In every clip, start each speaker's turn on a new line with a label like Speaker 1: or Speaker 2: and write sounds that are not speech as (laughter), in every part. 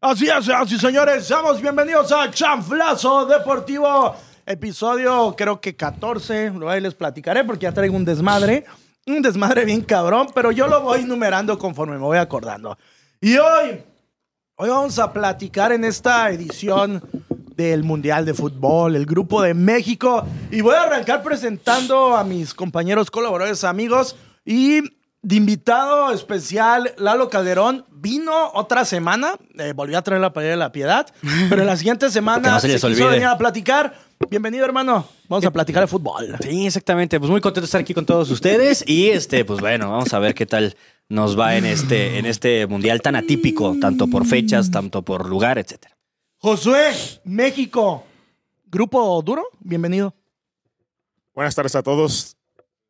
Speaker 1: Así es, así señores, seamos bienvenidos a Chanflazo Deportivo, episodio creo que 14, luego ahí les platicaré porque ya traigo un desmadre, un desmadre bien cabrón, pero yo lo voy numerando conforme me voy acordando. Y hoy, hoy vamos a platicar en esta edición del Mundial de Fútbol, el Grupo de México, y voy a arrancar presentando a mis compañeros colaboradores, amigos, y de invitado especial, Lalo Calderón vino otra semana. eh, volvió a traer la pared de la piedad.
Speaker 2: (laughs)
Speaker 1: Pero la siguiente
Speaker 2: Que
Speaker 1: semana
Speaker 2: no se les
Speaker 1: quiso
Speaker 2: olvide. Eh,
Speaker 1: venir a platicar. Bienvenido, hermano. Vamos a platicar de fútbol.
Speaker 2: Sí, exactamente. Pues muy contento de estar aquí con todos ustedes. Y este, pues bueno, vamos a ver qué tal nos va en este, en este mundial tan atípico, tanto por fechas, tanto por lugar, etcétera.
Speaker 1: Josué, México. Grupo duro, bienvenido.
Speaker 3: Buenas tardes a todos.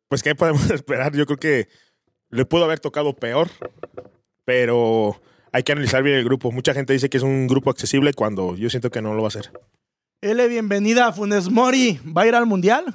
Speaker 3: Pues, ¿qué podemos (laughs) esperar? Yo creo que le pudo haber tocado peor, pero hay que analizar bien el grupo. Mucha gente dice que es un grupo accesible cuando yo siento que no lo va a ser.
Speaker 1: L, bienvenida a Funes Mori. ¿Va a ir al mundial?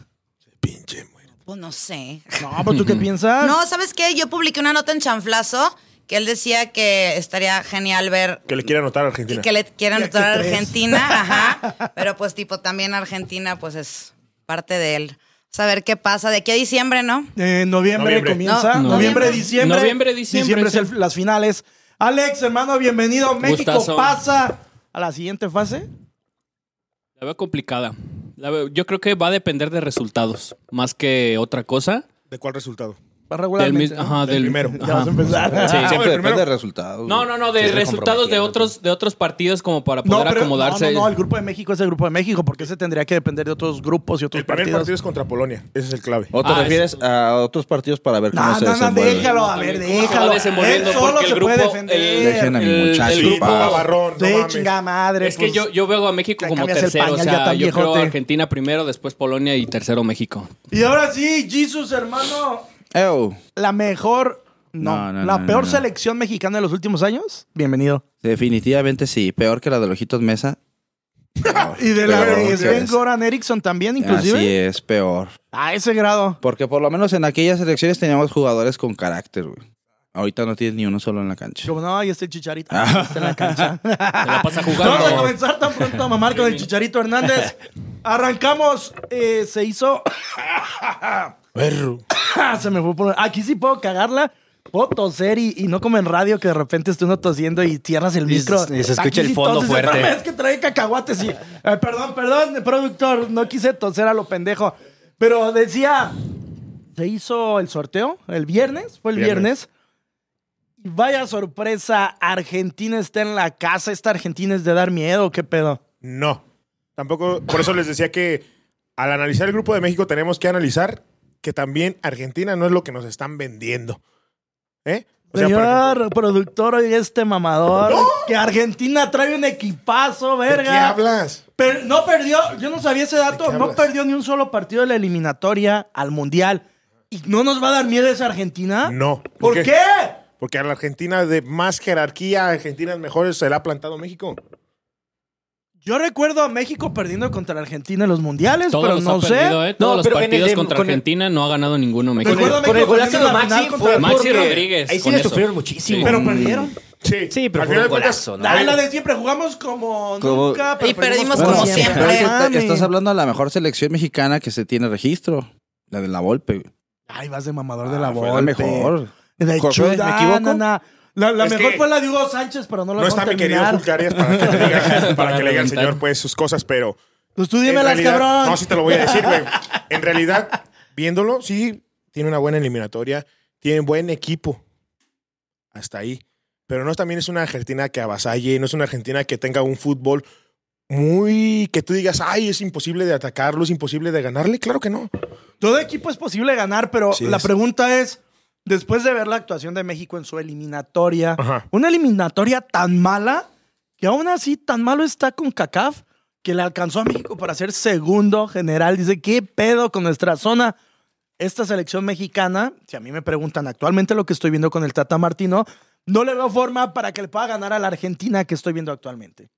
Speaker 3: Pinche muerto.
Speaker 4: Pues no sé.
Speaker 1: No, pues tú qué piensas.
Speaker 4: No, ¿sabes qué? Yo publiqué una nota en Chanflazo que él decía que estaría genial ver
Speaker 3: Que le quiere anotar a
Speaker 4: y
Speaker 3: Argentina.
Speaker 4: que le quieran
Speaker 1: Ya,
Speaker 4: notar a
Speaker 1: ¿qué crees?
Speaker 4: Argentina, ajá. Pero pues tipo también Argentina pues es parte de él. Saber qué pasa de aquí a diciembre, ¿no?
Speaker 1: Eh, noviembre,
Speaker 3: Noviembre.
Speaker 1: comienza.
Speaker 5: No, no.
Speaker 1: Noviembre, diciembre.
Speaker 5: Noviembre, diciembre,
Speaker 1: Diciembre es el- las finales. Alex, hermano, bienvenido. México
Speaker 5: Gustazo.
Speaker 1: pasa a la siguiente fase.
Speaker 5: La veo complicada. La veo- yo creo que va a depender de resultados, más que otra cosa.
Speaker 3: ¿De cuál resultado?
Speaker 1: Va
Speaker 5: Del
Speaker 1: regularmente.
Speaker 5: mis-
Speaker 1: ¿no?
Speaker 5: ajá,
Speaker 3: Del
Speaker 5: del- (laughs)
Speaker 3: primero. Ah,
Speaker 1: Ya vas a
Speaker 5: ajá.
Speaker 1: empezar.
Speaker 5: Sí.
Speaker 3: bueno,
Speaker 6: Siempre
Speaker 3: primero-
Speaker 6: depende de resultados.
Speaker 5: Ah, No, no, no, de
Speaker 6: Siempre
Speaker 5: resultados de
Speaker 6: comprometiendo.
Speaker 5: otros, de otros partidos como para poder
Speaker 1: pero-
Speaker 5: acomodarse.
Speaker 1: No, no, no, el Grupo de México es el Grupo de México, porque ese tendría que depender de otros grupos y otros
Speaker 3: El primer
Speaker 1: partidos.
Speaker 3: partido es contra Polonia. Ese es el clave.
Speaker 6: ¿O te
Speaker 5: Ah,
Speaker 6: refieres a otros partidos para ver cómo
Speaker 1: No,
Speaker 6: se
Speaker 1: no, no,
Speaker 6: desenvuelve?
Speaker 1: déjalo, a ver,
Speaker 5: ¿Cómo se va
Speaker 1: déjalo.
Speaker 5: desenvolviendo?
Speaker 1: Él solo
Speaker 5: Porque el
Speaker 1: se puede
Speaker 5: grupo-
Speaker 1: defender.
Speaker 6: Dejen a mi
Speaker 5: el- el
Speaker 6: muchacho
Speaker 3: Sí,
Speaker 6: en paz.
Speaker 3: Barrón,
Speaker 1: Sí,
Speaker 3: no mames.
Speaker 1: chingada madre.
Speaker 5: Es que
Speaker 1: pues,
Speaker 5: yo, yo veo a México
Speaker 1: te
Speaker 5: como
Speaker 1: cambias el
Speaker 5: tercero. O
Speaker 1: pañal, ya
Speaker 5: sea,
Speaker 1: tan
Speaker 5: yo creo
Speaker 1: viejote.
Speaker 5: Argentina primero, después Polonia y tercero México.
Speaker 1: Y ahora sí, Jesus, hermano,
Speaker 6: Ew.
Speaker 1: la mejor. No,
Speaker 6: No, no,
Speaker 1: la
Speaker 6: no,
Speaker 1: peor
Speaker 6: no, no.
Speaker 1: selección mexicana de los últimos años. Bienvenido.
Speaker 6: Definitivamente sí. Peor que la de Lojitos Mesa.
Speaker 1: Y de la
Speaker 6: Peor
Speaker 1: de
Speaker 6: que
Speaker 1: Sven
Speaker 6: es.
Speaker 1: Goran Eriksson también,
Speaker 6: Así
Speaker 1: inclusive.
Speaker 6: es, peor.
Speaker 1: A ese grado.
Speaker 6: Porque por lo menos en aquellas elecciones teníamos jugadores con carácter, güey. Ahorita no tienes ni uno solo en la cancha.
Speaker 1: Como no, ahí está el chicharito.
Speaker 6: Ah.
Speaker 1: Está en la
Speaker 6: (laughs)
Speaker 1: cancha.
Speaker 5: Se
Speaker 1: (laughs)
Speaker 5: la pasa
Speaker 1: Vamos a
Speaker 5: jugando.
Speaker 1: comenzar tan pronto a mamar con el Chicharito Hernández. Arrancamos. eh, se hizo.
Speaker 3: Perro.
Speaker 1: Ah, se me fue por. Aquí sí puedo cagarla. Puedo toser y, y no como en radio que de repente esté uno tosiendo y cierras el
Speaker 2: Y
Speaker 1: micro.
Speaker 2: se- y se escucha
Speaker 1: Aquí
Speaker 2: el
Speaker 1: sí
Speaker 2: fondo
Speaker 1: toses.
Speaker 2: fuerte.
Speaker 1: Espérame, Es que trae cacahuates y. eh, perdón, perdón, productor. No quise toser a lo pendejo. Pero decía. Se hizo el sorteo el viernes. Fue el viernes.
Speaker 3: Viernes.
Speaker 1: Y Vaya sorpresa, Argentina está en la casa. Esta Argentina es de dar miedo, qué pedo.
Speaker 3: No. Tampoco. Por eso les decía que al analizar el grupo de México tenemos que analizar que también Argentina no es lo que nos están vendiendo. ¿Eh? O sea, por
Speaker 1: Señor
Speaker 3: ejemplo,
Speaker 1: productor y este mamador, que Argentina trae un equipazo,
Speaker 3: ¿de
Speaker 1: verga.
Speaker 3: qué hablas?
Speaker 1: Per- no perdió, yo no sabía ese dato,
Speaker 3: ¿De qué
Speaker 1: no
Speaker 3: hablas?
Speaker 1: perdió ni un solo partido de la eliminatoria al Mundial. ¿Y no nos va a dar miedo esa Argentina?
Speaker 3: No.
Speaker 1: ¿Por
Speaker 3: ¿Por
Speaker 1: qué?
Speaker 3: qué? Porque a la Argentina de más jerarquía, Argentinas mejores, se la ha plantado México.
Speaker 1: Yo recuerdo a México perdiendo contra la Argentina en los Mundiales,
Speaker 5: Todos
Speaker 1: pero
Speaker 5: los
Speaker 1: no
Speaker 5: ha
Speaker 1: sé.
Speaker 5: perdido, ¿eh? Todos
Speaker 7: No,
Speaker 5: los
Speaker 7: pero en el
Speaker 5: partidos
Speaker 7: de-
Speaker 5: contra
Speaker 7: con el-
Speaker 5: Argentina no ha ganado ninguno México.
Speaker 1: Recuerda-
Speaker 7: Con el
Speaker 1: México
Speaker 7: golazo
Speaker 1: perdiendo
Speaker 7: de
Speaker 1: la final
Speaker 7: Maxi
Speaker 1: contra
Speaker 7: fue
Speaker 1: el-
Speaker 5: Maxi
Speaker 7: porque
Speaker 5: Rodríguez,
Speaker 7: Ahí sí
Speaker 5: con
Speaker 7: le
Speaker 5: eso.
Speaker 7: sufrieron muchísimo.
Speaker 1: Pero perdieron.
Speaker 3: Sí,
Speaker 7: Sí, pero
Speaker 3: al
Speaker 7: fue
Speaker 3: final
Speaker 7: un
Speaker 3: de cuentas,
Speaker 7: golazo, ¿no?
Speaker 1: La, la de siempre, jugamos como,
Speaker 6: Como-
Speaker 1: nunca. pero
Speaker 4: Y perdimos
Speaker 6: Bueno,
Speaker 4: como
Speaker 6: sí,
Speaker 4: siempre.
Speaker 6: pero es que
Speaker 1: Mames.
Speaker 6: está- estás hablando de la mejor selección mexicana que se tiene registro. La de la Volpe. güey.
Speaker 1: Ay, vas de mamador de la
Speaker 6: Ah, fue
Speaker 1: bola.
Speaker 6: mejor.
Speaker 1: De
Speaker 6: Correcto, ¿me
Speaker 1: Chudá,
Speaker 6: equivoco?
Speaker 1: na, na. La, la
Speaker 3: Es
Speaker 1: mejor
Speaker 3: que-
Speaker 1: fue la de Hugo Sánchez, pero no la
Speaker 3: No
Speaker 1: vamos
Speaker 3: está
Speaker 1: a
Speaker 3: mi querido
Speaker 1: terminar.
Speaker 3: Julcarias para que le
Speaker 1: (laughs)
Speaker 3: diga, para que le diga al
Speaker 5: reventar.
Speaker 3: señor pues sus cosas, pero.
Speaker 1: Pues tú
Speaker 3: en
Speaker 1: dímelas,
Speaker 3: realidad-
Speaker 1: cabrón.
Speaker 3: No, sí te lo voy a decir, güey. En realidad, viéndolo, sí, tiene una buena eliminatoria, tiene buen equipo. Hasta ahí. Pero no también es una Argentina que avasalle, no es una Argentina que tenga un fútbol muy que tú digas, ay, es imposible de atacarlo, es imposible de ganarle. Claro que no.
Speaker 1: Todo equipo es posible ganar, pero
Speaker 3: Sí
Speaker 1: la
Speaker 3: es.
Speaker 1: pregunta es, después de ver la actuación de México en su eliminatoria,
Speaker 3: Ajá.
Speaker 1: una eliminatoria tan mala que aún así tan malo está con CACAF que le alcanzó a México para ser segundo general. Dice, ¿qué pedo con nuestra zona? Esta selección mexicana, si a mí me preguntan actualmente lo que estoy viendo con el Tata Martino, no le veo forma para que le pueda ganar a la Argentina que estoy viendo actualmente.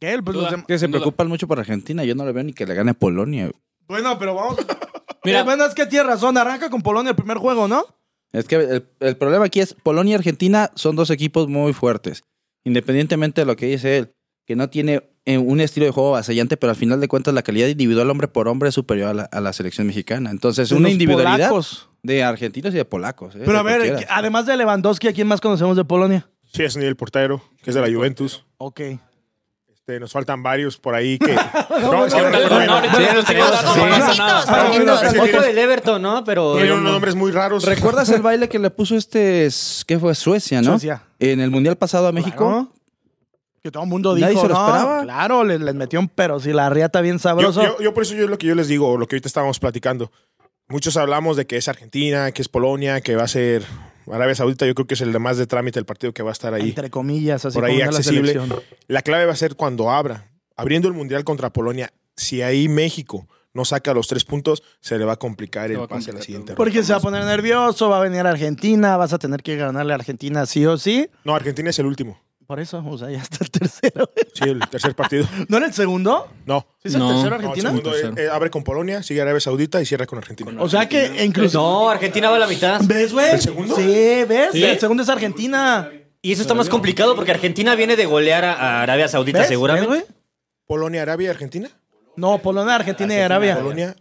Speaker 1: ¿Qué? Pues los
Speaker 5: Duda.
Speaker 1: dem-
Speaker 6: Que se
Speaker 5: Sin duda.
Speaker 6: preocupan mucho por Argentina. Yo no le veo ni que le gane Polonia. güey.
Speaker 1: Bueno, pero vamos.
Speaker 5: Mira.
Speaker 1: Eh, bueno, es que tiene razón. Arranca con Polonia el primer juego, ¿no?
Speaker 6: Es que el, el problema aquí es Polonia y Argentina son dos equipos muy fuertes. Independientemente de lo que dice él, que no tiene eh, un estilo de juego vasallante, pero al final de cuentas la calidad individual hombre por hombre es superior a la, a la selección mexicana. Entonces,
Speaker 1: De
Speaker 6: una
Speaker 1: los
Speaker 6: individualidad
Speaker 1: polacos.
Speaker 6: de argentinos y de polacos. eh,
Speaker 1: Pero a
Speaker 6: de
Speaker 1: ver, Ah,
Speaker 6: cualquiera.
Speaker 1: además de Lewandowski, ¿a quién más conocemos de Polonia?
Speaker 3: Sí, es el portero, que es de la Juventus.
Speaker 1: Ok.
Speaker 3: Este, nos faltan varios por ahí que. no, es que no
Speaker 5: Ahorita- no, no,
Speaker 3: recuerdo.
Speaker 5: ahorita no tenemos-
Speaker 4: Como
Speaker 5: sí.
Speaker 4: los
Speaker 5: Nada.
Speaker 4: hitos,
Speaker 1: Ah,
Speaker 4: poquitos.
Speaker 1: bueno,
Speaker 3: sí.
Speaker 2: Otro del Everton, ¿no? Pero.
Speaker 3: Tiene unos nombres muy raros.
Speaker 6: ¿Recuerdas el baile que le puso este, s- qué fue? Suecia, ¿no?
Speaker 1: Suecia.
Speaker 6: En el Mundial pasado a México.
Speaker 1: Claro. Que todo el mundo dijo,
Speaker 6: Nadie se lo
Speaker 1: "No,
Speaker 6: esperaba".
Speaker 1: Claro, les, les metió un pero si la riata bien
Speaker 3: Yo,
Speaker 1: sabroso.
Speaker 3: yo- yo por eso yo lo que yo les digo, o lo que ahorita estábamos platicando. Muchos hablamos de que es Argentina, que es Polonia, que va a ser Arabia Saudita. Yo creo que es el más de trámite el partido que va a estar ahí.
Speaker 1: entre comillas, así
Speaker 3: por ahí
Speaker 1: como está
Speaker 3: accesible.
Speaker 1: la selección.
Speaker 3: La clave va a ser cuando abra. Abriendo el Mundial contra Polonia, si ahí México no saca los tres puntos, se le va a complicar el
Speaker 5: va a
Speaker 3: pase a la
Speaker 5: complicar
Speaker 3: siguiente ronda.
Speaker 1: Porque se va a poner nervioso, va a venir Argentina, vas a tener que ganarle a Argentina sí o sí.
Speaker 3: No, Argentina es el último.
Speaker 1: Por eso, o sea, ya está el tercero. (laughs)
Speaker 3: Sí, el tercer partido.
Speaker 1: ¿No era el segundo?
Speaker 3: No.
Speaker 1: ¿Sí es el
Speaker 5: No.
Speaker 1: tercero
Speaker 3: No, el
Speaker 1: Argentina?
Speaker 3: segundo, eh, eh, abre con Polonia, sigue Arabia Saudita y cierra con Argentina.
Speaker 1: o sea que incluso...
Speaker 2: No, Argentina va a la mitad.
Speaker 1: ¿Ves, güey?
Speaker 3: ¿El segundo?
Speaker 1: Sí, ¿ves?
Speaker 2: ¿Sí?
Speaker 1: El segundo es Argentina.
Speaker 2: Y eso está más complicado porque Argentina viene de golear a a Arabia Saudita,
Speaker 1: ¿Ves?
Speaker 2: seguramente.
Speaker 1: ¿Ves, güey?
Speaker 3: Polonia, Arabia, Argentina.
Speaker 1: No, Polonia, Argentina, y Arabia.
Speaker 3: Polonia,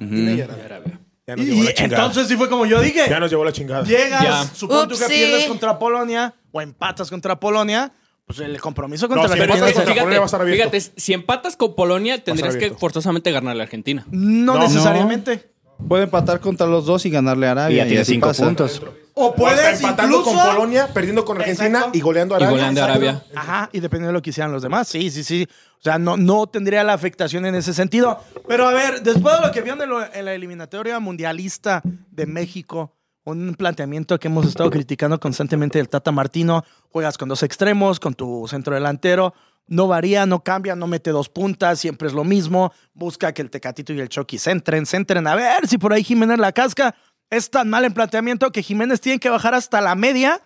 Speaker 6: Ujú.
Speaker 3: y Arabia. Ya nos llevó
Speaker 1: Y
Speaker 3: la chingada.
Speaker 1: entonces sí fue como yo dije.
Speaker 3: Ya nos llevó la chingada.
Speaker 1: Llegas,
Speaker 5: Ya.
Speaker 1: supongo tú que
Speaker 4: Upsi.
Speaker 1: pierdes contra Polonia o empatas contra Polonia, pues el compromiso
Speaker 3: No,
Speaker 1: contra
Speaker 3: si
Speaker 1: la
Speaker 5: Pero
Speaker 3: empatas
Speaker 5: es que,
Speaker 1: Argentina.
Speaker 3: contra
Speaker 1: se-
Speaker 3: Polonia va a estar
Speaker 5: fíjate,
Speaker 3: abierto.
Speaker 5: fíjate, si empatas con Polonia, tendrías que
Speaker 3: abierto.
Speaker 5: forzamente ganarle a Argentina.
Speaker 1: No,
Speaker 3: No.
Speaker 1: necesariamente.
Speaker 6: Puede empatar contra los dos y ganarle a Arabia.
Speaker 2: Y ya tiene
Speaker 6: así
Speaker 2: cinco
Speaker 6: pasa.
Speaker 2: puntos.
Speaker 1: O
Speaker 3: O hasta
Speaker 1: puedes
Speaker 3: empatando
Speaker 1: incluso...
Speaker 3: con Polonia, perdiendo con Argentina
Speaker 1: Exacto.
Speaker 3: y goleando a
Speaker 5: Y
Speaker 3: Arabia.
Speaker 5: goleando a Arabia.
Speaker 1: Ajá, y dependiendo de lo que hicieran los demás. Sí, sí, sí. O sea, no, no tendría la afectación en ese sentido. Pero a ver, después de lo que vieron de lo- en la eliminatoria mundialista de México, un planteamiento que hemos estado criticando constantemente del Tata Martino, juegas con dos extremos, con tu centro delantero, no varía, no cambia, no mete dos puntas, siempre es lo mismo, busca que el Tecatito y el Chucky se entren, se entren, a ver si por ahí Jiménez la casca. Es tan mal en planteamiento que Jiménez tiene que bajar hasta la media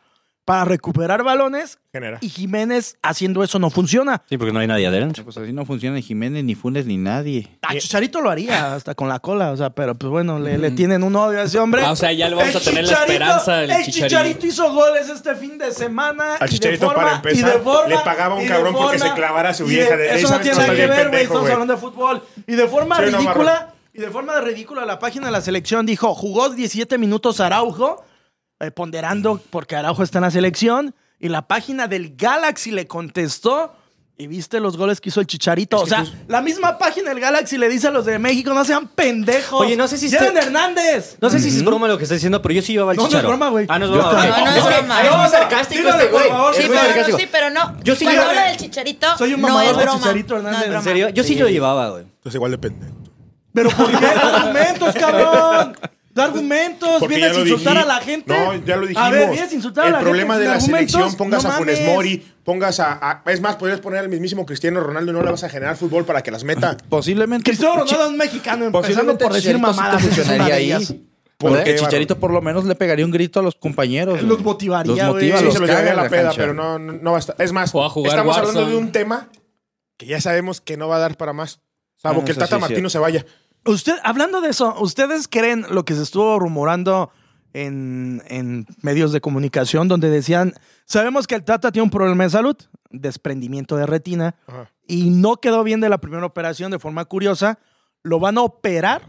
Speaker 1: para recuperar balones
Speaker 3: Genera.
Speaker 1: y Jiménez haciendo eso no funciona.
Speaker 2: Sí, porque no hay nadie adentro.
Speaker 6: Pues así no funciona ni Jiménez, ni Funes, ni nadie.
Speaker 5: Eh.
Speaker 1: A Chicharito lo haría hasta con la cola, o sea, pero pues bueno, le, le tienen un odio a ese hombre.
Speaker 5: Ah, o sea, ya le vamos
Speaker 1: El
Speaker 5: a tener la
Speaker 1: Chicharito-
Speaker 5: esperanza del
Speaker 1: el
Speaker 5: Chicharito.
Speaker 1: Chicharito. hizo goles este fin de semana.
Speaker 3: Al
Speaker 1: y de
Speaker 3: Chicharito,
Speaker 1: forma-
Speaker 3: para empezar,
Speaker 1: y de forma-
Speaker 3: le pagaba un
Speaker 1: y de
Speaker 3: cabrón porque
Speaker 1: forma-
Speaker 3: se clavara a su
Speaker 1: y de-
Speaker 3: vieja de-
Speaker 1: Eso no
Speaker 3: ¿sabes?
Speaker 1: tiene
Speaker 3: Está
Speaker 1: nada que
Speaker 3: bien
Speaker 1: ver, güey,
Speaker 3: pendejo,
Speaker 1: estamos
Speaker 3: güey.
Speaker 1: hablando de fútbol. Y de forma
Speaker 3: Sí, no,
Speaker 1: ridícula, y de forma ridícula, la página de la selección dijo, jugó 17 minutos Araujo, eh, ponderando porque Araujo está en la selección, y la página del Galaxy le contestó. Y viste los goles que hizo el Chicharito. o sea, la misma página del Galaxy le dice a los de México, no sean pendejos.
Speaker 2: Oye, no sé si
Speaker 1: ¡Lleven
Speaker 2: este-
Speaker 1: Hernández!
Speaker 2: No sé si es broma lo que está diciendo, pero yo sí llevaba el
Speaker 1: No, no es
Speaker 2: chicharo.
Speaker 1: broma, güey.
Speaker 2: Ah, no es
Speaker 1: Yo
Speaker 2: broma.
Speaker 1: también.
Speaker 2: ok.
Speaker 4: No, no es
Speaker 2: que-
Speaker 4: broma.
Speaker 2: ay, es muy
Speaker 1: Dígale,
Speaker 2: sarcástico
Speaker 1: por
Speaker 2: este güey.
Speaker 1: favor,
Speaker 2: Es
Speaker 4: Sí,
Speaker 1: dígale.
Speaker 2: muy
Speaker 4: pero no,
Speaker 2: sarcástico.
Speaker 4: sí, pero no.
Speaker 2: Yo sí
Speaker 4: Cuando
Speaker 2: llevo-
Speaker 4: habla del chicharito,
Speaker 1: Soy un
Speaker 4: no
Speaker 1: mamador
Speaker 4: es
Speaker 1: de
Speaker 4: broma.
Speaker 1: Chicharito Hernández.
Speaker 4: No es
Speaker 1: ¿En
Speaker 2: ¿En
Speaker 4: broma.
Speaker 2: serio? Yo sí, lo llevaba, güey.
Speaker 3: Entonces igual depende.
Speaker 1: ¿Pero por qué? Da argumentos, cabrón. Da argumentos.
Speaker 3: Porque
Speaker 1: vienes
Speaker 3: ya
Speaker 1: a
Speaker 3: lo
Speaker 1: insultar
Speaker 3: dij-
Speaker 1: a la gente.
Speaker 3: No, ya lo dijimos.
Speaker 1: A ver, vienes a insultar
Speaker 3: el
Speaker 1: a la
Speaker 3: problema
Speaker 1: gente.
Speaker 3: de
Speaker 1: sin
Speaker 3: la
Speaker 1: argumentos,
Speaker 3: selección, pongas
Speaker 1: no
Speaker 3: a Funes
Speaker 1: mames.
Speaker 3: Mori, pongas a, a- Es más, podrías poner al mismísimo Cristiano Ronaldo y no le vas a generar fútbol para que las
Speaker 1: (laughs)
Speaker 3: meta.
Speaker 6: Posiblemente.
Speaker 1: Cristiano Ronaldo es un mexicano, empezando por decir
Speaker 6: Chicharito sí te
Speaker 1: mamadas. esa es una
Speaker 6: funcionaría
Speaker 1: de
Speaker 6: ahí.
Speaker 1: ellas.
Speaker 3: ¿Por
Speaker 6: Porque
Speaker 3: qué,
Speaker 6: Chicharito por lo menos le pegaría un grito a los compañeros.
Speaker 1: Los
Speaker 6: güey.
Speaker 1: motivaría,
Speaker 6: Los
Speaker 1: güey.
Speaker 6: motiva,
Speaker 1: Sí,
Speaker 3: Sí,
Speaker 6: los
Speaker 3: se lo llevaría a
Speaker 6: caga
Speaker 3: la peda,
Speaker 6: cancha.
Speaker 3: pero no, no, no va a estar. Es más,
Speaker 5: O a jugar
Speaker 3: estamos hablando
Speaker 5: Warzone.
Speaker 3: de un tema que ya sabemos que no va a dar para más. Salvo
Speaker 6: Ah,
Speaker 3: que el
Speaker 6: eso
Speaker 3: Tata
Speaker 6: sí es
Speaker 3: Martino
Speaker 6: cierto.
Speaker 3: se vaya.
Speaker 1: Usted, hablando de eso, ¿ustedes creen lo que se estuvo rumorando en, en medios de comunicación donde decían, sabemos que el Tata tiene un problema de salud, desprendimiento de retina,
Speaker 3: Ajá.
Speaker 1: y no quedó bien de la primera operación de forma curiosa, lo van a operar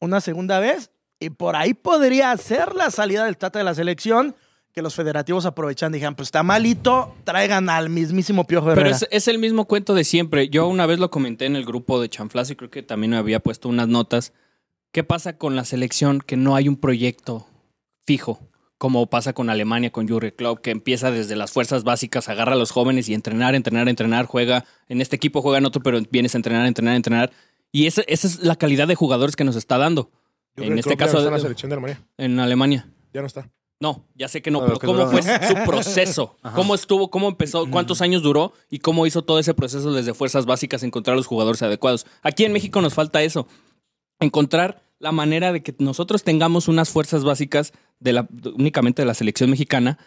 Speaker 1: una segunda vez y por ahí podría ser la salida del Tata de la selección que los federativos aprovechan, dijeron, pues está malito, traigan al mismísimo Piojo
Speaker 5: Pero
Speaker 1: Herrera.
Speaker 5: es, es el mismo cuento de siempre. Yo una vez lo comenté en el grupo de Chanflas y creo que también me había puesto unas notas. ¿Qué pasa con la selección que no hay un proyecto fijo? Como pasa con Alemania, con Jurgen Klopp, que empieza desde las fuerzas básicas, agarra a los jóvenes y entrenar, entrenar, entrenar, juega. En este equipo juega en otro, pero vienes a entrenar, entrenar, entrenar. Y esa, esa es la calidad de jugadores que nos está dando.
Speaker 3: Yo creo
Speaker 5: en
Speaker 3: que
Speaker 5: este
Speaker 3: Klopp ya no
Speaker 5: caso,
Speaker 3: está en la selección de Alemania.
Speaker 5: en Alemania.
Speaker 3: Ya no está.
Speaker 5: No, ya sé que no,
Speaker 6: A
Speaker 5: pero
Speaker 6: ver, que
Speaker 5: ¿cómo
Speaker 6: duró,
Speaker 5: fue
Speaker 6: ¿no? (laughs) Mm.
Speaker 5: su proceso? ¿Cómo estuvo? ¿Cómo empezó? ¿Cuántos años duró? ¿Y cómo hizo todo ese proceso desde fuerzas básicas, encontrar los jugadores adecuados? Aquí
Speaker 6: Mm.
Speaker 5: en México nos falta eso, encontrar la manera de que nosotros tengamos unas fuerzas básicas de la, de- únicamente de la selección mexicana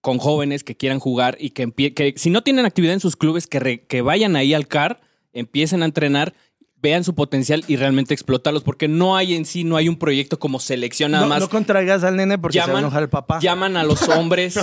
Speaker 5: con jóvenes que quieran jugar y que, empie- que si no tienen actividad en sus clubes, que, re- que vayan ahí al CAR, empiecen a entrenar, vean su potencial y realmente explotarlos, porque no hay en sí, no hay un proyecto como selección nada
Speaker 1: no,
Speaker 5: más
Speaker 1: no contraigas al nene porque se va a enojar el papá.
Speaker 5: llaman a los hombres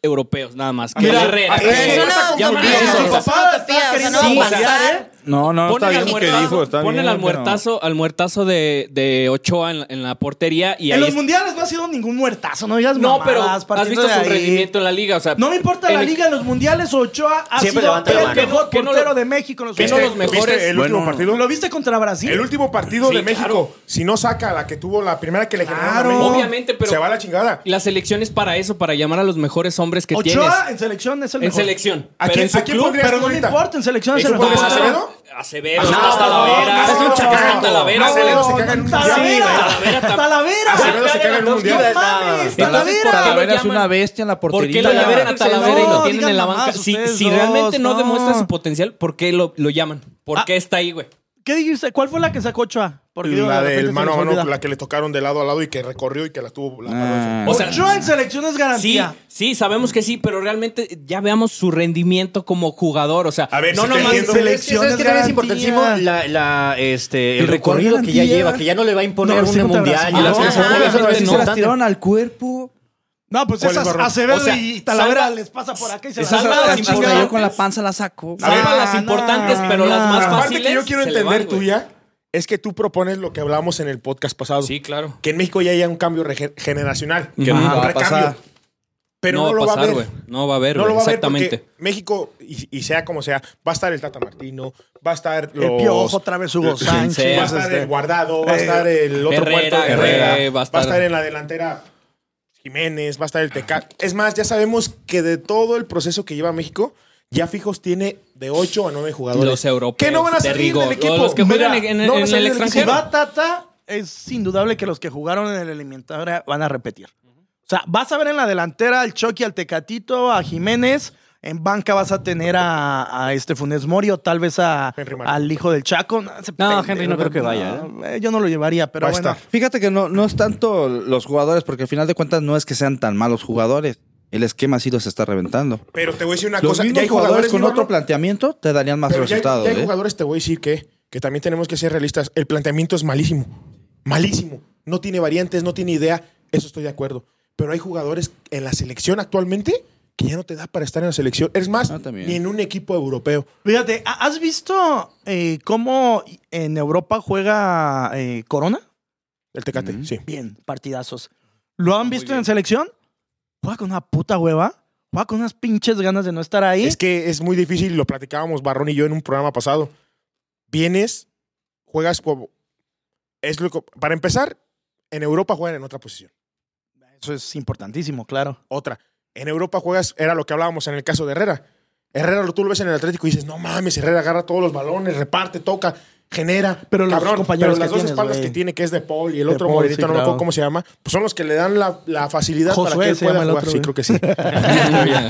Speaker 5: europeos, nada más. Que
Speaker 1: Mira,
Speaker 5: le reen.
Speaker 1: ahí-
Speaker 5: Es
Speaker 4: Es
Speaker 5: que-
Speaker 4: una
Speaker 5: ya
Speaker 4: utopía,
Speaker 5: me
Speaker 4: es
Speaker 5: hizo.
Speaker 1: su papá
Speaker 4: una utopía,
Speaker 1: está
Speaker 4: o sea, no
Speaker 5: queriendo
Speaker 4: va a
Speaker 1: conciliar,
Speaker 4: pasar.
Speaker 6: No, no,
Speaker 5: Pone
Speaker 6: está bien
Speaker 5: el
Speaker 6: lo que dijo. Está
Speaker 5: muertazo,
Speaker 6: bien,
Speaker 5: ponle al
Speaker 6: pero-
Speaker 5: muertazo, al muertazo de, de Ochoa en la, en la portería y
Speaker 1: en
Speaker 5: ahí
Speaker 1: los
Speaker 5: es-
Speaker 1: mundiales no ha sido ningún muertazo, no digas
Speaker 5: No, pero
Speaker 1: mamadas,
Speaker 5: has
Speaker 1: partiendo
Speaker 5: visto
Speaker 1: de
Speaker 5: su
Speaker 1: ahí.
Speaker 5: rendimiento en la liga, o sea,
Speaker 1: No me importa la
Speaker 5: en-
Speaker 1: liga, en los mundiales Ochoa ha
Speaker 2: Siempre
Speaker 1: sido
Speaker 2: levanta la
Speaker 1: el
Speaker 2: mano.
Speaker 1: mejor
Speaker 5: Que no
Speaker 1: portero
Speaker 5: lo-
Speaker 1: de México en los
Speaker 5: que no
Speaker 1: mundiales.
Speaker 5: los mejores-
Speaker 3: ¿Viste el último partido?
Speaker 1: ¿Lo viste contra Brasil?
Speaker 3: El último partido
Speaker 5: Sí,
Speaker 3: de México,
Speaker 5: claro.
Speaker 3: si no saca la que tuvo la primera que le
Speaker 1: Claro.
Speaker 3: a México,
Speaker 5: Obviamente, pero-
Speaker 3: se va a la chingada.
Speaker 5: La selección es para eso, para llamar a los mejores hombres que tienes.
Speaker 1: Ochoa en selección es el
Speaker 5: En
Speaker 1: mejor.
Speaker 5: selección.
Speaker 3: ¿A
Speaker 5: pero
Speaker 3: quién-
Speaker 5: en su
Speaker 3: a quién
Speaker 5: club-
Speaker 3: pondrías?
Speaker 1: Pero no me
Speaker 3: Ahorita.
Speaker 1: importa, en selección es
Speaker 3: ¿Y
Speaker 1: el
Speaker 3: fútbol
Speaker 1: mejor.
Speaker 3: es Acevedo?
Speaker 5: Acevedo,
Speaker 2: No,
Speaker 5: no, Talavera.
Speaker 2: no,
Speaker 5: Es un
Speaker 3: chacal.
Speaker 5: chacalón, Talavera.
Speaker 3: No,
Speaker 5: güey.
Speaker 3: no, se caga en un
Speaker 1: Talavera.
Speaker 5: mundial. Sí,
Speaker 1: Talavera.
Speaker 3: Acevedo se caga en un
Speaker 2: Dos
Speaker 3: mundial.
Speaker 2: chivas,
Speaker 1: Mames,
Speaker 2: nada.
Speaker 6: Entonces,
Speaker 1: Talavera.
Speaker 6: Talavera
Speaker 5: ¿Por
Speaker 6: es
Speaker 5: qué lo
Speaker 6: una
Speaker 5: llaman?
Speaker 6: bestia en la portería.
Speaker 5: ¿Por qué lo llaman a Talavera y lo
Speaker 1: No,
Speaker 5: tienen en la
Speaker 1: digan
Speaker 5: banca?
Speaker 1: mamadas
Speaker 5: Si,
Speaker 1: ustedes
Speaker 5: si
Speaker 1: dos,
Speaker 5: realmente no,
Speaker 1: no.
Speaker 5: demuestra su potencial, ¿por qué lo, lo llaman? ¿Por
Speaker 1: Ah.
Speaker 5: qué está ahí, güey?
Speaker 1: ¿Qué dijiste? ¿Cuál fue la que sacó Ochoa? Porque digo, de
Speaker 3: La
Speaker 1: repente
Speaker 3: del
Speaker 1: se
Speaker 3: mano a
Speaker 1: nos
Speaker 3: mano,
Speaker 1: olvida.
Speaker 3: la que le tocaron de lado a lado y que recorrió y que la tuvo. La
Speaker 6: Ah.
Speaker 5: O sea,
Speaker 1: Ochoa en selección es
Speaker 5: Sí,
Speaker 1: garantía.
Speaker 5: sí, sabemos que sí, pero realmente ya veamos su rendimiento como jugador. O sea,
Speaker 3: A ver,
Speaker 5: no
Speaker 3: si te
Speaker 5: nomás.
Speaker 3: entiendo.
Speaker 2: Es que,
Speaker 1: Selección
Speaker 2: ¿Sabes
Speaker 1: es
Speaker 2: que también es
Speaker 1: garantía.
Speaker 2: importantísimo? La, la, este, el
Speaker 1: Pero
Speaker 2: recorrido
Speaker 1: ¿cuál
Speaker 2: que ya
Speaker 1: garantía?
Speaker 2: lleva, que ya no le va a imponer
Speaker 1: No, sí,
Speaker 2: un
Speaker 1: contra
Speaker 2: mundial.
Speaker 1: Brasil.
Speaker 2: y las
Speaker 1: Ah,
Speaker 2: cosas son-
Speaker 5: obviamente
Speaker 2: obviamente
Speaker 5: no
Speaker 6: se las
Speaker 5: tanto.
Speaker 6: tiraron al cuerpo.
Speaker 1: No, pues
Speaker 3: ¿Cuál es
Speaker 1: esas
Speaker 3: barrón?
Speaker 1: Acevedo
Speaker 5: O sea,
Speaker 1: y Talavera
Speaker 5: salva-
Speaker 1: les pasa por acá y se
Speaker 5: Esa
Speaker 1: las
Speaker 5: salva
Speaker 1: saca
Speaker 5: las
Speaker 1: la
Speaker 5: importantes.
Speaker 1: chingada.
Speaker 6: Yo con la panza la saco.
Speaker 1: A ver,
Speaker 5: Salva las
Speaker 1: no,
Speaker 5: importantes,
Speaker 1: no,
Speaker 5: pero las
Speaker 1: no.
Speaker 5: más
Speaker 1: Aparte
Speaker 3: Aparte
Speaker 5: fáciles.
Speaker 3: que yo quiero
Speaker 5: se le
Speaker 3: entender
Speaker 5: van, güey.
Speaker 3: tuya es que tú propones lo que hablábamos en el podcast pasado.
Speaker 5: Sí, claro.
Speaker 3: Que en México ya haya un cambio rege- generacional.
Speaker 5: Que
Speaker 3: un
Speaker 5: nunca
Speaker 6: va a pasar.
Speaker 3: Pero no,
Speaker 5: no,
Speaker 3: lo
Speaker 5: va a pasar,
Speaker 3: ver.
Speaker 5: güey. No va a haber,
Speaker 3: No lo
Speaker 5: güey,
Speaker 3: va a ver
Speaker 5: Exactamente.
Speaker 3: porque México, y, y sea como sea, va a estar el Tata Martino, va a estar los,
Speaker 1: El Piojo, otra vez Hugo
Speaker 3: Va
Speaker 1: Sánchez.
Speaker 5: sea.
Speaker 3: a estar
Speaker 1: este.
Speaker 3: el Guardado, va a estar el otro
Speaker 5: Herrera,
Speaker 3: puerto,
Speaker 5: Herrera, va a
Speaker 3: va a
Speaker 5: estar-
Speaker 3: estar en la delantera Jiménez, va a estar el Tecat. Es más, ya sabemos que de todo el proceso que lleva México, ya fijos tiene de 8 a 9 jugadores.
Speaker 5: Los europeos,
Speaker 3: Que no van a
Speaker 5: de
Speaker 3: salir
Speaker 5: rigor.
Speaker 3: del equipo.
Speaker 5: Los que juegan
Speaker 3: Mira,
Speaker 5: en- en-
Speaker 3: no van a
Speaker 5: en
Speaker 3: salir
Speaker 5: el
Speaker 3: del equipo.
Speaker 1: Si
Speaker 5: extranjero.
Speaker 1: va Tata, pues es indudable que los que jugaron en el eliminatoria van a repetir. O sea, vas a ver en la delantera al Chucky, al Tecatito, a Jiménez. En banca vas a tener a, a este Funes Mori o tal vez a,
Speaker 3: Henry Martin.
Speaker 1: al hijo del Chaco. No, ese pendejo,
Speaker 2: Henry no creo que vaya,
Speaker 1: eh, yo no lo llevaría, pero
Speaker 3: Va a
Speaker 1: bueno.
Speaker 3: estar.
Speaker 6: Fíjate que no, no es tanto los jugadores, porque al final de cuentas no es que sean tan malos jugadores. El esquema sí los está reventando.
Speaker 3: Pero te voy a decir una
Speaker 6: Los
Speaker 3: cosa.
Speaker 6: mismos
Speaker 3: Ya hay
Speaker 6: jugadores,
Speaker 3: jugadores
Speaker 6: con
Speaker 3: mi
Speaker 6: otro
Speaker 3: hermano,
Speaker 6: planteamiento te darían más
Speaker 3: Pero ya hay-
Speaker 6: resultados.
Speaker 3: ya hay
Speaker 6: ¿eh?
Speaker 3: jugadores, te voy a decir que, que también tenemos que ser realistas. El planteamiento es malísimo. Malísimo. No tiene variantes, no tiene idea. Eso estoy de acuerdo. Pero hay jugadores en la selección actualmente que ya no te da para estar en la selección. Es más,
Speaker 6: Ah, también.
Speaker 3: ni en un equipo europeo.
Speaker 1: Fíjate, ¿ha- ¿has visto eh, cómo en Europa juega eh, Corona?
Speaker 3: El Tecate, sí.
Speaker 1: Bien, partidazos. ¿Lo han visto en selección? Juega con una puta hueva. Juega con unas pinches ganas de no estar ahí.
Speaker 3: Es que es muy difícil, lo platicábamos Barrón y yo en un programa pasado. Vienes, juegas como... Es lo que- para empezar, en Europa juegan en otra posición.
Speaker 1: Eso es importantísimo, claro.
Speaker 3: Otra. En Europa juegas, era lo que hablábamos en el caso de Herrera. Herrera, tú lo ves en el Atlético y dices, no mames, Herrera agarra todos los balones, reparte, toca, genera.
Speaker 1: Pero los compañeros
Speaker 3: pero las
Speaker 1: que
Speaker 3: dos
Speaker 1: tienes,
Speaker 3: espaldas
Speaker 1: güey.
Speaker 3: que tiene, que es De Paul y el
Speaker 1: De
Speaker 3: otro
Speaker 1: Paul,
Speaker 3: morenito,
Speaker 1: sí,
Speaker 3: no me
Speaker 1: claro.
Speaker 3: acuerdo cómo se llama, pues son los que le dan la, la facilidad
Speaker 1: Josué
Speaker 3: para que él
Speaker 1: se
Speaker 3: pueda
Speaker 1: llama el
Speaker 3: jugar.
Speaker 1: otro,
Speaker 3: sí,
Speaker 1: güey.
Speaker 3: creo que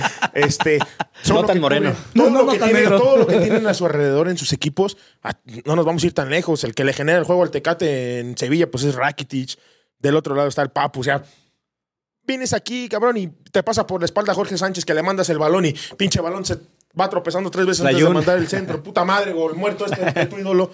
Speaker 3: sí.
Speaker 1: (laughs)
Speaker 3: este, son
Speaker 2: No
Speaker 3: lo
Speaker 2: tan
Speaker 3: que
Speaker 2: moreno.
Speaker 3: tienen- todo
Speaker 1: No, no,
Speaker 3: lo
Speaker 1: no
Speaker 3: que
Speaker 1: tan
Speaker 3: tienen-
Speaker 1: negro.
Speaker 3: Todo lo que tienen a su alrededor en sus equipos, a- no nos vamos a ir tan lejos. El que le genera el juego al Tecate en Sevilla, pues es Rakitic. Del otro lado está el Papu, o sea, vienes aquí, cabrón, y te pasa por la espalda a Jorge Sánchez que le mandas el balón y pinche balón se va tropezando tres veces antes
Speaker 2: Layún.
Speaker 3: de mandar el centro. Puta madre, gol muerto este
Speaker 1: (laughs)
Speaker 3: de tu ídolo.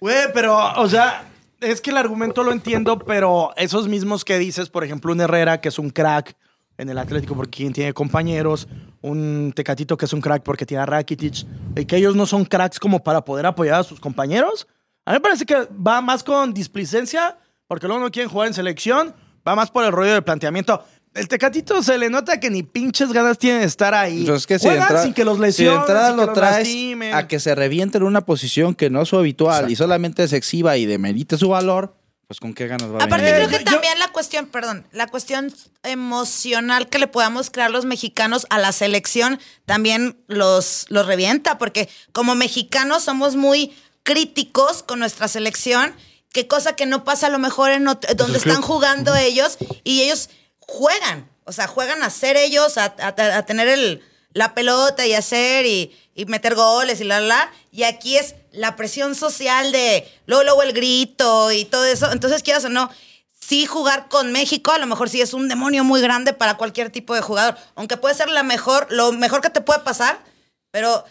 Speaker 1: Güey, pero, o sea, es que el argumento lo entiendo, pero esos mismos que dices, por ejemplo, un Herrera que es un crack en el Atlético porque quien tiene compañeros, un Tecatito que es un crack porque tiene a Rakitic, y que ellos no son cracks como para poder apoyar a sus compañeros. A mí me parece que va más con displicencia, porque luego no quieren jugar en selección, va más por el rollo del planteamiento. El Tecatito se le nota que ni pinches ganas tiene de estar ahí.
Speaker 6: Entonces, es que si de
Speaker 1: Juegan
Speaker 6: entrada-
Speaker 1: sin que los
Speaker 6: si de
Speaker 1: lesionen,
Speaker 6: entrada
Speaker 1: sin que
Speaker 6: lo
Speaker 1: los
Speaker 6: traes
Speaker 1: lastimen.
Speaker 6: a que se reviente en una posición que no es su habitual y solamente se exhiba y demerite su valor, pues con qué ganas va a
Speaker 4: Aparte, creo
Speaker 6: venir?
Speaker 4: que
Speaker 1: yo-
Speaker 4: también la cuestión, perdón, la cuestión emocional que le podamos crear los mexicanos a la selección también los, los revienta, porque como mexicanos somos muy críticos con nuestra selección, que cosa que no pasa a lo mejor en ot-
Speaker 1: Pues
Speaker 4: donde están jugando ellos y ellos juegan, o sea, juegan a ser ellos, a, a- a tener el, la pelota y hacer y, y meter goles y la, la, la. Y aquí es la presión social de luego, luego el grito y todo eso. Entonces, quieras o no, sí jugar con México a lo mejor sí es un demonio muy grande para cualquier tipo de jugador. Aunque puede ser la mejor, lo mejor que te puede pasar, pero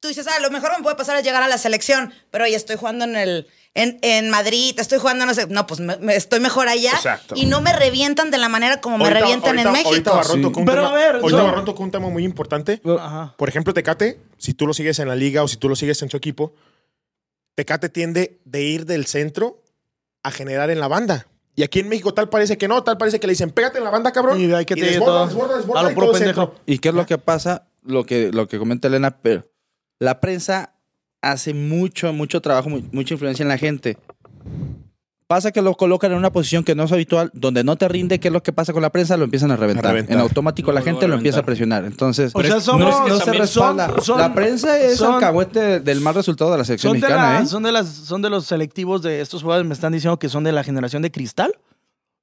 Speaker 4: tú dices, ah, lo mejor me puede pasar es llegar a la selección, pero oye, estoy jugando en el en, en Madrid, estoy jugando, no sé, no, pues me- me- estoy mejor allá
Speaker 3: Exacto.
Speaker 4: y no me revientan de la manera como me
Speaker 3: Ahorita-
Speaker 4: revientan en
Speaker 3: ahorita-
Speaker 4: México.
Speaker 3: Ahorita Barrón
Speaker 6: Sí.
Speaker 3: tocó un
Speaker 1: Pero
Speaker 3: tema-
Speaker 1: a ver,
Speaker 3: ahorita
Speaker 1: no.
Speaker 3: Barrón tocó un tema muy importante.
Speaker 1: Ajá.
Speaker 3: Por ejemplo, Tecate, si tú lo sigues en la liga o si tú lo sigues en su equipo, Tecate tiende de ir del centro a generar en la banda. Y aquí en México tal parece que no, tal parece que le dicen, pégate en la banda, cabrón.
Speaker 1: Y de ahí que te
Speaker 3: desborda,
Speaker 1: todo.
Speaker 3: desborda, desborda,
Speaker 1: A lo
Speaker 3: y
Speaker 1: puro
Speaker 3: todo el
Speaker 1: pendejo.
Speaker 3: centro.
Speaker 6: ¿Y qué es lo que pasa? Lo que, lo que comenta Elena, pero la prensa hace mucho, mucho trabajo, mu- mucha influencia en la gente. Pasa que lo colocan en una posición que no es habitual, donde no te rinde, ¿qué es lo que pasa con la prensa? Lo empiezan a reventar.
Speaker 3: A reventar.
Speaker 6: En automático
Speaker 5: Lo
Speaker 6: la
Speaker 5: vuelvo a
Speaker 6: gente lo empieza a
Speaker 5: reventar.
Speaker 6: presionar. Entonces,
Speaker 1: O sea,
Speaker 6: no
Speaker 1: somos-
Speaker 6: es- no, se
Speaker 1: también son-
Speaker 6: respalda.
Speaker 1: son-
Speaker 6: la prensa es
Speaker 1: son-
Speaker 6: alcahuete del mal resultado de la selección
Speaker 1: Son de,
Speaker 6: mexicana,
Speaker 1: la-
Speaker 6: ¿eh?
Speaker 1: son, de las, son de los selectivos de estos jugadores. Me están diciendo que son de la generación de cristal.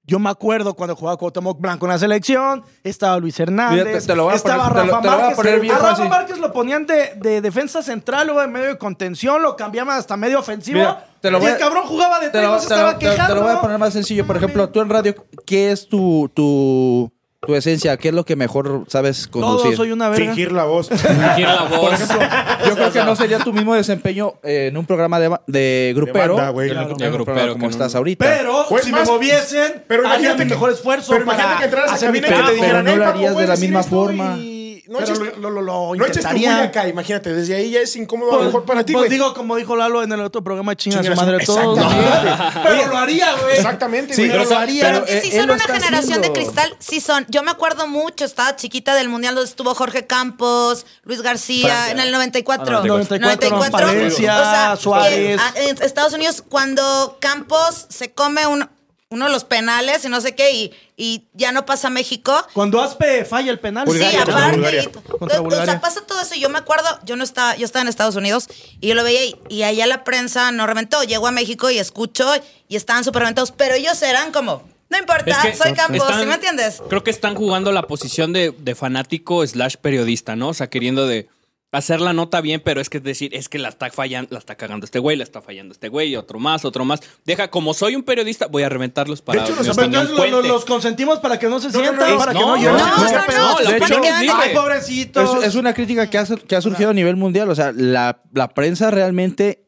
Speaker 1: Yo me acuerdo cuando jugaba Cuauhtémoc Blanco en la selección, estaba Luis Hernández,
Speaker 6: Mira, te- te lo voy a
Speaker 1: estaba
Speaker 6: poner- te lo-
Speaker 1: Rafa
Speaker 6: te lo voy a
Speaker 1: Márquez.
Speaker 6: poner bien
Speaker 1: a Rafa
Speaker 6: fácil.
Speaker 1: Márquez lo ponían de, de defensa central o de medio de contención, lo cambiaban hasta medio ofensivo.
Speaker 6: Mira, te lo
Speaker 1: y
Speaker 6: voy
Speaker 1: el
Speaker 6: a-
Speaker 1: cabrón jugaba de
Speaker 6: te
Speaker 1: tres,
Speaker 6: lo,
Speaker 1: no se estaba
Speaker 6: te lo- te lo-
Speaker 1: quejando.
Speaker 6: te lo voy a poner más sencillo. Por ejemplo, tú en radio, ¿qué es tu, tu, tu esencia? ¿Qué es lo que mejor sabes conducir?
Speaker 1: Todo, soy una verga.
Speaker 3: Fingir la
Speaker 1: (laughs)
Speaker 3: voz.
Speaker 5: Quiero la voz.
Speaker 6: Por ejemplo, yo creo
Speaker 3: (laughs)
Speaker 6: que no sería tu mismo desempeño eh, en un programa de, ba- de grupero.
Speaker 3: banda, güey.
Speaker 6: en un
Speaker 3: Claro.
Speaker 5: De
Speaker 6: programa
Speaker 5: grupero,
Speaker 6: como
Speaker 5: que no-
Speaker 6: estás ahorita.
Speaker 1: Pero
Speaker 3: Pues
Speaker 1: si
Speaker 3: más-
Speaker 1: me moviesen,
Speaker 3: pero
Speaker 1: haría
Speaker 3: imagínate
Speaker 1: mi
Speaker 3: que-
Speaker 1: mejor esfuerzo
Speaker 3: pero
Speaker 1: para
Speaker 3: imagínate que entraras a
Speaker 1: hacer mi
Speaker 3: cabina y que
Speaker 1: trabajo.
Speaker 3: te dijeran,
Speaker 6: pero no
Speaker 3: "Ey,
Speaker 6: lo
Speaker 3: papu,
Speaker 6: harías de
Speaker 3: puedes
Speaker 6: la
Speaker 3: decir
Speaker 6: misma
Speaker 3: esto",
Speaker 6: forma.
Speaker 3: y No
Speaker 1: Pero
Speaker 3: eches
Speaker 1: lo, lo- lo- lo
Speaker 3: no eches tu
Speaker 1: intentaría.
Speaker 3: bulla acá, imagínate, desde ahí ya es incómodo a lo
Speaker 1: Pues-
Speaker 3: mejor para ti,
Speaker 1: pues
Speaker 3: güey.
Speaker 1: digo, como dijo Lalo en el otro programa, chinga a su
Speaker 3: Chingas-
Speaker 1: madre a todos.
Speaker 3: Exactamente. (laughs)
Speaker 1: Pero lo haría, güey.
Speaker 3: Exactamente,
Speaker 1: eh, Sí,
Speaker 3: güey.
Speaker 1: pero lo haría.
Speaker 4: Pero que
Speaker 6: eh,
Speaker 4: sí
Speaker 6: él
Speaker 4: son
Speaker 6: lo
Speaker 4: una
Speaker 6: está
Speaker 4: generación de
Speaker 6: haciendo.
Speaker 4: cristal, sí son. Yo me acuerdo mucho, estaba chiquita del Mundial donde estuvo Jorge Campos, Luis García, en el 94.
Speaker 2: Ah,
Speaker 1: 94, Valencia, Suárez.
Speaker 4: que, eh, a- en Estados Unidos, cuando Campos se come un- uno de los penales y no sé qué, y, y ya no pasa a México.
Speaker 1: Cuando Aspe falla el penal.
Speaker 4: sí,
Speaker 3: Bulgaria, contra
Speaker 4: aparte.
Speaker 3: Bulgaria.
Speaker 4: y-
Speaker 1: Contra
Speaker 4: O
Speaker 1: Bulgaria.
Speaker 4: sea, pasa todo eso. Yo me acuerdo, yo no estaba, yo estaba en Estados Unidos y yo lo veía y, y allá la prensa no reventó. Llego a México y escucho y estaban súper reventados, pero ellos eran como, no importa,
Speaker 5: Es que
Speaker 4: soy Campos,
Speaker 5: están-
Speaker 4: ¿sí me entiendes?
Speaker 5: Creo que están jugando la posición de, de fanático slash periodista, ¿no? O sea, queriendo de hacer la nota bien, pero es que es decir, es que la está fallando, la está cagando este güey, la está fallando este güey, otro más, otro más. Deja, como soy un periodista, voy a reventarlos para
Speaker 3: hecho,
Speaker 5: mi
Speaker 3: los
Speaker 5: opinión
Speaker 1: Entonces lo- lo-
Speaker 5: cuente.
Speaker 1: los consentimos para que no se
Speaker 3: No, no,
Speaker 1: sientan,
Speaker 3: no,
Speaker 1: para
Speaker 3: es-
Speaker 1: que no
Speaker 5: no,
Speaker 1: lloren.
Speaker 5: no,
Speaker 1: para que
Speaker 5: no, no,
Speaker 1: peleen.
Speaker 5: la
Speaker 1: De
Speaker 5: opinión
Speaker 1: hecho,
Speaker 5: es libre.
Speaker 1: Ay, pobrecitos.
Speaker 6: Es, es una crítica que ha, sur- que ha surgido a nivel mundial. O sea, la, la prensa realmente.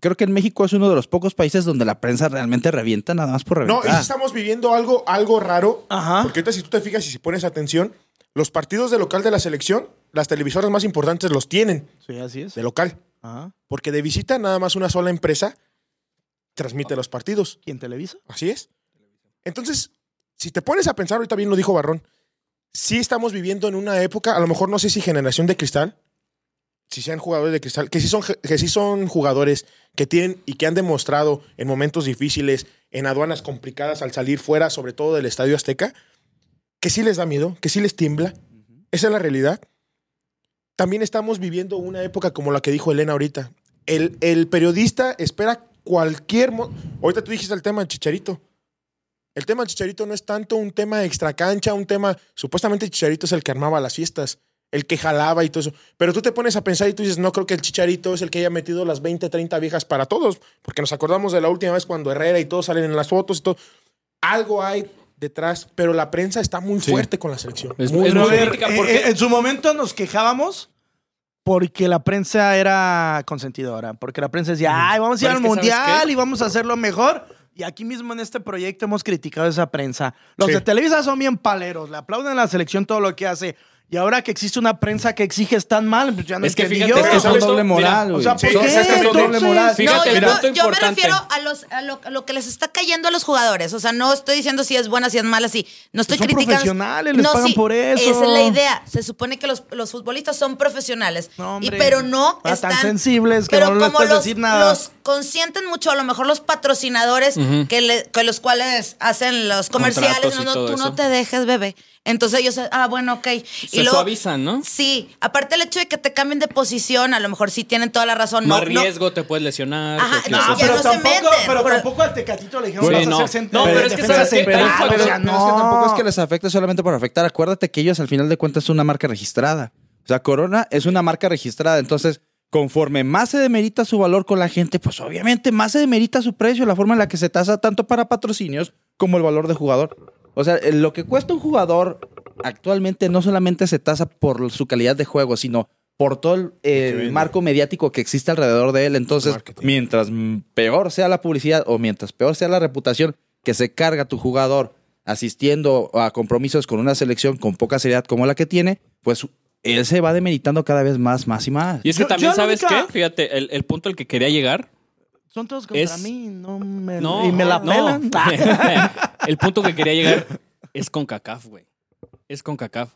Speaker 6: Creo que en México es uno de los pocos países donde la prensa realmente revienta nada más
Speaker 3: No,
Speaker 6: por reventar.
Speaker 3: y sí estamos viviendo algo, algo raro.
Speaker 1: Ajá.
Speaker 3: Porque ahorita, si tú te fijas y si pones atención, los partidos de local de la selección, las televisoras más importantes los tienen
Speaker 1: Sí, así es.
Speaker 3: de local.
Speaker 1: Ajá.
Speaker 3: Porque de visita, nada más una sola empresa transmite los partidos.
Speaker 1: ¿Quién televisa?
Speaker 3: Así es. Entonces, si te pones a pensar, ahorita bien lo dijo Barrón, sí estamos viviendo en una época, a lo mejor no sé si generación de cristal, si sean jugadores de cristal, que sí son, ge- que sí son jugadores que tienen y que han demostrado en momentos difíciles, en aduanas complicadas al salir fuera, sobre todo del Estadio Azteca, que sí les da miedo, que sí les tiembla. Esa es la realidad. También estamos viviendo una época como la que dijo Elena ahorita. El, el periodista espera cualquier... mo- ahorita tú dijiste el tema del chicharito. El tema del Chicharito no es tanto un tema de extracancha, un tema. Supuestamente Chicharito es el que armaba las fiestas, el que jalaba y todo eso. Pero tú te pones a pensar y tú dices, no creo que el Chicharito es el que haya metido las 20, 30 viejas para todos, porque nos acordamos de la última vez cuando Herrera y todos salen en las fotos y todo. Algo hay detrás, pero la prensa está muy fuerte con la selección.
Speaker 5: Es-
Speaker 3: muy,
Speaker 5: es
Speaker 3: muy
Speaker 1: Pero
Speaker 5: muy
Speaker 1: a ver,
Speaker 5: crítica
Speaker 1: eh,
Speaker 5: porque-
Speaker 1: eh, en su momento nos quejábamos porque la prensa era consentidora, porque la prensa decía, ay, vamos a ir al
Speaker 5: Pero es que, ¿sabes
Speaker 1: mundial
Speaker 5: qué?
Speaker 1: y vamos a hacerlo mejor. Y aquí mismo en este proyecto hemos criticado esa prensa. Los
Speaker 3: Sí.
Speaker 1: de Televisa son bien paleros, le aplauden a la selección todo lo que hace. Y ahora que existe una prensa que exiges tan mal, pues ya no
Speaker 5: Es que
Speaker 1: entendí
Speaker 5: fíjate,
Speaker 1: yo.
Speaker 5: es que
Speaker 6: son
Speaker 5: ¿sabes?
Speaker 6: doble moral,
Speaker 5: Mira,
Speaker 6: güey.
Speaker 1: o sea, ¿por
Speaker 6: Son-
Speaker 1: qué?
Speaker 6: es que son doble
Speaker 1: Entonces-
Speaker 6: moral.
Speaker 4: No,
Speaker 5: Fíjate,
Speaker 4: yo,
Speaker 5: el
Speaker 4: no,
Speaker 5: punto
Speaker 4: yo me
Speaker 5: importante.
Speaker 4: refiero a, los, a, lo, a lo que les está cayendo a los jugadores. O sea, no estoy diciendo si es buena, si es mala, si no estoy
Speaker 1: Son
Speaker 4: criticando.
Speaker 1: profesionales, les pagan por eso.
Speaker 4: Esa es la idea. Se supone que los, los futbolistas son profesionales.
Speaker 1: No,
Speaker 4: y,
Speaker 1: hombre.
Speaker 4: pero
Speaker 1: Ah,
Speaker 4: no
Speaker 1: tan
Speaker 4: están.
Speaker 1: sensibles que
Speaker 4: pero
Speaker 1: no les
Speaker 4: como
Speaker 1: puedes
Speaker 4: los,
Speaker 1: decir nada.
Speaker 4: los consienten mucho, a lo mejor los patrocinadores que le- con los cuales hacen los comerciales.
Speaker 5: Contratos
Speaker 4: No,
Speaker 5: y
Speaker 4: no,
Speaker 5: todo
Speaker 4: tú
Speaker 5: eso.
Speaker 4: no te dejes, bebé. Entonces ellos, ah, bueno, ok.
Speaker 5: Se suavizan, ¿no?
Speaker 4: Sí, aparte el hecho de que te cambien de posición, a lo mejor sí tienen toda la razón.
Speaker 5: Más
Speaker 4: no, no-
Speaker 5: riesgo, te puedes lesionar.
Speaker 4: Ajá,
Speaker 5: cualquier
Speaker 4: no,
Speaker 5: cosa.
Speaker 1: Ah,
Speaker 4: ya
Speaker 1: pero,
Speaker 4: no se
Speaker 1: tampoco,
Speaker 4: meten,
Speaker 1: pero
Speaker 4: pero-
Speaker 1: tampoco al Tecatito le dijeron
Speaker 5: Sí,
Speaker 1: vas a
Speaker 5: no.
Speaker 1: hacer centro-
Speaker 5: No, pero es que
Speaker 1: defensa
Speaker 5: ¿sabes qué?
Speaker 1: central,
Speaker 5: Hay
Speaker 1: o
Speaker 5: factores-
Speaker 1: sea,
Speaker 6: Ah, Pero es que tampoco es que
Speaker 1: no.
Speaker 6: les afecte solamente por afectar. Acuérdate que ellos al final de cuentas son una marca registrada. O sea, Corona es una marca registrada. Entonces, conforme más se demerita su valor con la gente, pues obviamente más se demerita su precio, la forma en la que se tasa tanto para patrocinios como el valor de jugador. O sea, eh, lo que cuesta un jugador actualmente no solamente se tasa por su calidad de juego, sino por todo el, el
Speaker 3: vende.
Speaker 6: marco mediático que existe alrededor de él. Entonces,
Speaker 3: Marketing.
Speaker 6: mientras mm, peor sea la publicidad o mientras peor sea la reputación que se carga tu jugador asistiendo a compromisos con una selección con poca seriedad como la que tiene, pues él se va demeritando cada vez más, más y más.
Speaker 5: Y es que
Speaker 1: Yo-
Speaker 5: también,
Speaker 1: yo la
Speaker 5: ¿sabes
Speaker 1: única-
Speaker 5: qué? Fíjate, el, el punto al que quería llegar.
Speaker 1: Son todos contra
Speaker 5: Es-
Speaker 1: mí. No me,
Speaker 5: No,
Speaker 1: y me la
Speaker 5: no.
Speaker 1: pelan.
Speaker 5: (laughs) el punto que quería llegar es con CACAF, güey. Es con CACAF.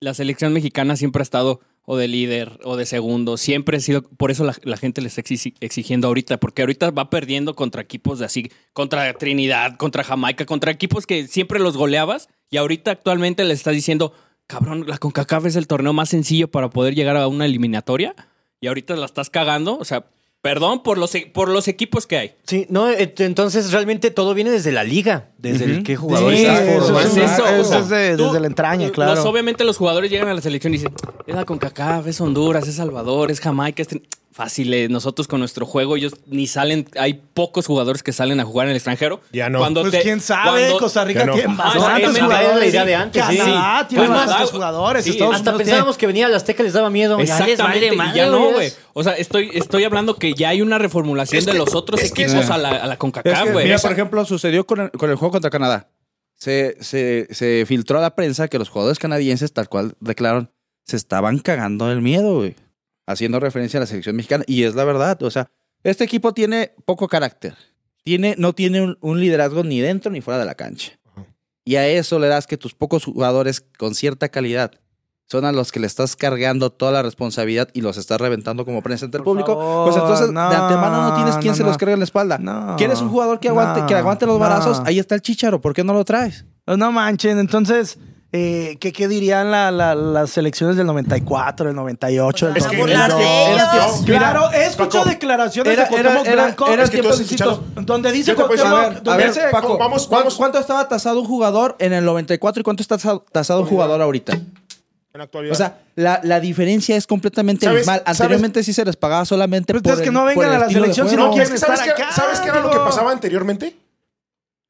Speaker 5: La selección mexicana siempre ha estado o de líder o de segundo. Siempre ha sido. Por eso la, la gente le está exi- exigiendo ahorita. Porque ahorita va perdiendo contra equipos de así. Contra Trinidad, contra Jamaica, contra equipos que siempre los goleabas. Y ahorita actualmente le está diciendo. Cabrón, la CONCACAF es el torneo más sencillo para poder llegar a una eliminatoria. Y ahorita la estás cagando. O sea, perdón por los, e- por los equipos que hay.
Speaker 2: Sí, no, et- entonces realmente todo viene desde la liga, desde el qué jugador
Speaker 1: Sí,
Speaker 2: está
Speaker 1: eso
Speaker 2: formando.
Speaker 1: es un-
Speaker 5: Eso,
Speaker 1: eso
Speaker 5: o sea,
Speaker 1: es de-
Speaker 5: tú-
Speaker 1: desde la entraña, claro.
Speaker 5: Los- obviamente los jugadores llegan a la selección y dicen, es la CONCACAF, es Honduras, es Salvador, es Jamaica, es... Trin-". Fácil, eh, nosotros con nuestro juego, ellos ni salen, hay pocos jugadores que salen a jugar en el extranjero.
Speaker 3: Ya no.
Speaker 5: Cuando
Speaker 1: Pues
Speaker 5: te-
Speaker 1: quién sabe,
Speaker 5: Eh, cuando-
Speaker 1: Costa Rica
Speaker 3: Ya no.
Speaker 1: tiene
Speaker 3: Ah,
Speaker 1: bastantes
Speaker 5: exactamente,
Speaker 1: jugadores.
Speaker 2: era la idea de antes, sí.
Speaker 1: Canadá
Speaker 5: Sí.
Speaker 1: tiene
Speaker 5: Pues más,
Speaker 1: bastantes
Speaker 5: ah,
Speaker 1: jugadores.
Speaker 5: sí,
Speaker 1: Estados
Speaker 2: Hasta
Speaker 1: Unidos tiene-
Speaker 2: pensábamos que venía a la Azteca les daba miedo. Ya les
Speaker 5: Exactamente,
Speaker 2: vale
Speaker 5: y
Speaker 2: madre,
Speaker 5: ya no,
Speaker 2: güey.
Speaker 5: güey. O sea, estoy, estoy hablando que ya hay una reformulación de los otros equipos a la, a la
Speaker 6: Es
Speaker 5: CONCACAF,
Speaker 6: que,
Speaker 5: güey.
Speaker 6: mira, por ejemplo, sucedió con el, con el juego contra Canadá. Se, se- se filtró a la prensa que los jugadores canadienses, tal cual declararon, se estaban cagando del miedo, güey. Haciendo referencia a la selección mexicana. Y es la verdad. O sea, este equipo tiene poco carácter. Tiene, no tiene un, un liderazgo ni dentro ni fuera de la cancha. Y a eso le das que tus pocos jugadores con cierta calidad son a los que le estás cargando toda la responsabilidad y los estás reventando como prensa ante el
Speaker 1: Por
Speaker 6: público.
Speaker 1: favor,
Speaker 6: pues entonces,
Speaker 1: no,
Speaker 6: de antemano no tienes quien
Speaker 1: no,
Speaker 6: se los
Speaker 1: no.
Speaker 6: cargue en la espalda.
Speaker 1: No.
Speaker 6: ¿Quieres un jugador que aguante,
Speaker 1: No,
Speaker 6: que aguante los
Speaker 1: no.
Speaker 6: balazos? Ahí está el chicharo. ¿Por qué no lo traes?
Speaker 1: No manchen, entonces, eh, ¿qué, qué dirían la- la- las selecciones del 94, del 98, del
Speaker 4: Es que-
Speaker 1: 2002?
Speaker 4: Es que-
Speaker 1: Es que-
Speaker 4: ellos.
Speaker 1: Claro, he escuchado
Speaker 3: Paco,
Speaker 1: declaraciones
Speaker 6: era-
Speaker 1: de Cuauhtémoc
Speaker 6: era- era-
Speaker 1: Blanco.
Speaker 6: era
Speaker 1: Es que
Speaker 3: tú has
Speaker 1: Cuauhtémoc-
Speaker 3: escuchado-
Speaker 1: Donde dice
Speaker 3: Pues Yo te puedo decir-
Speaker 1: Cuauhtémoc-
Speaker 3: A ver,
Speaker 1: donde
Speaker 3: a ver,
Speaker 1: dice-
Speaker 3: Paco, vamos,
Speaker 6: ¿cuán-
Speaker 3: vamos.
Speaker 6: ¿cuánto estaba tasado un jugador en el 94 y cuánto está tasado, tasado un jugador ahorita?
Speaker 3: En la actualidad.
Speaker 6: O sea, la, la diferencia es completamente
Speaker 3: ¿Sabes-
Speaker 6: abismal.
Speaker 3: sabes-
Speaker 6: Anteriormente sí se les pagaba solamente
Speaker 1: Pues
Speaker 6: por
Speaker 1: es que
Speaker 6: el-
Speaker 1: no
Speaker 6: por
Speaker 1: vengan
Speaker 6: el
Speaker 1: a la
Speaker 6: estilo de
Speaker 1: selección si
Speaker 6: juego.
Speaker 1: no
Speaker 3: ¿Sabes,
Speaker 1: quieren
Speaker 3: qué- sabes
Speaker 1: estar
Speaker 3: qué,
Speaker 1: acá,
Speaker 3: ¿Sabes qué era lo que
Speaker 1: digo.
Speaker 3: pasaba anteriormente?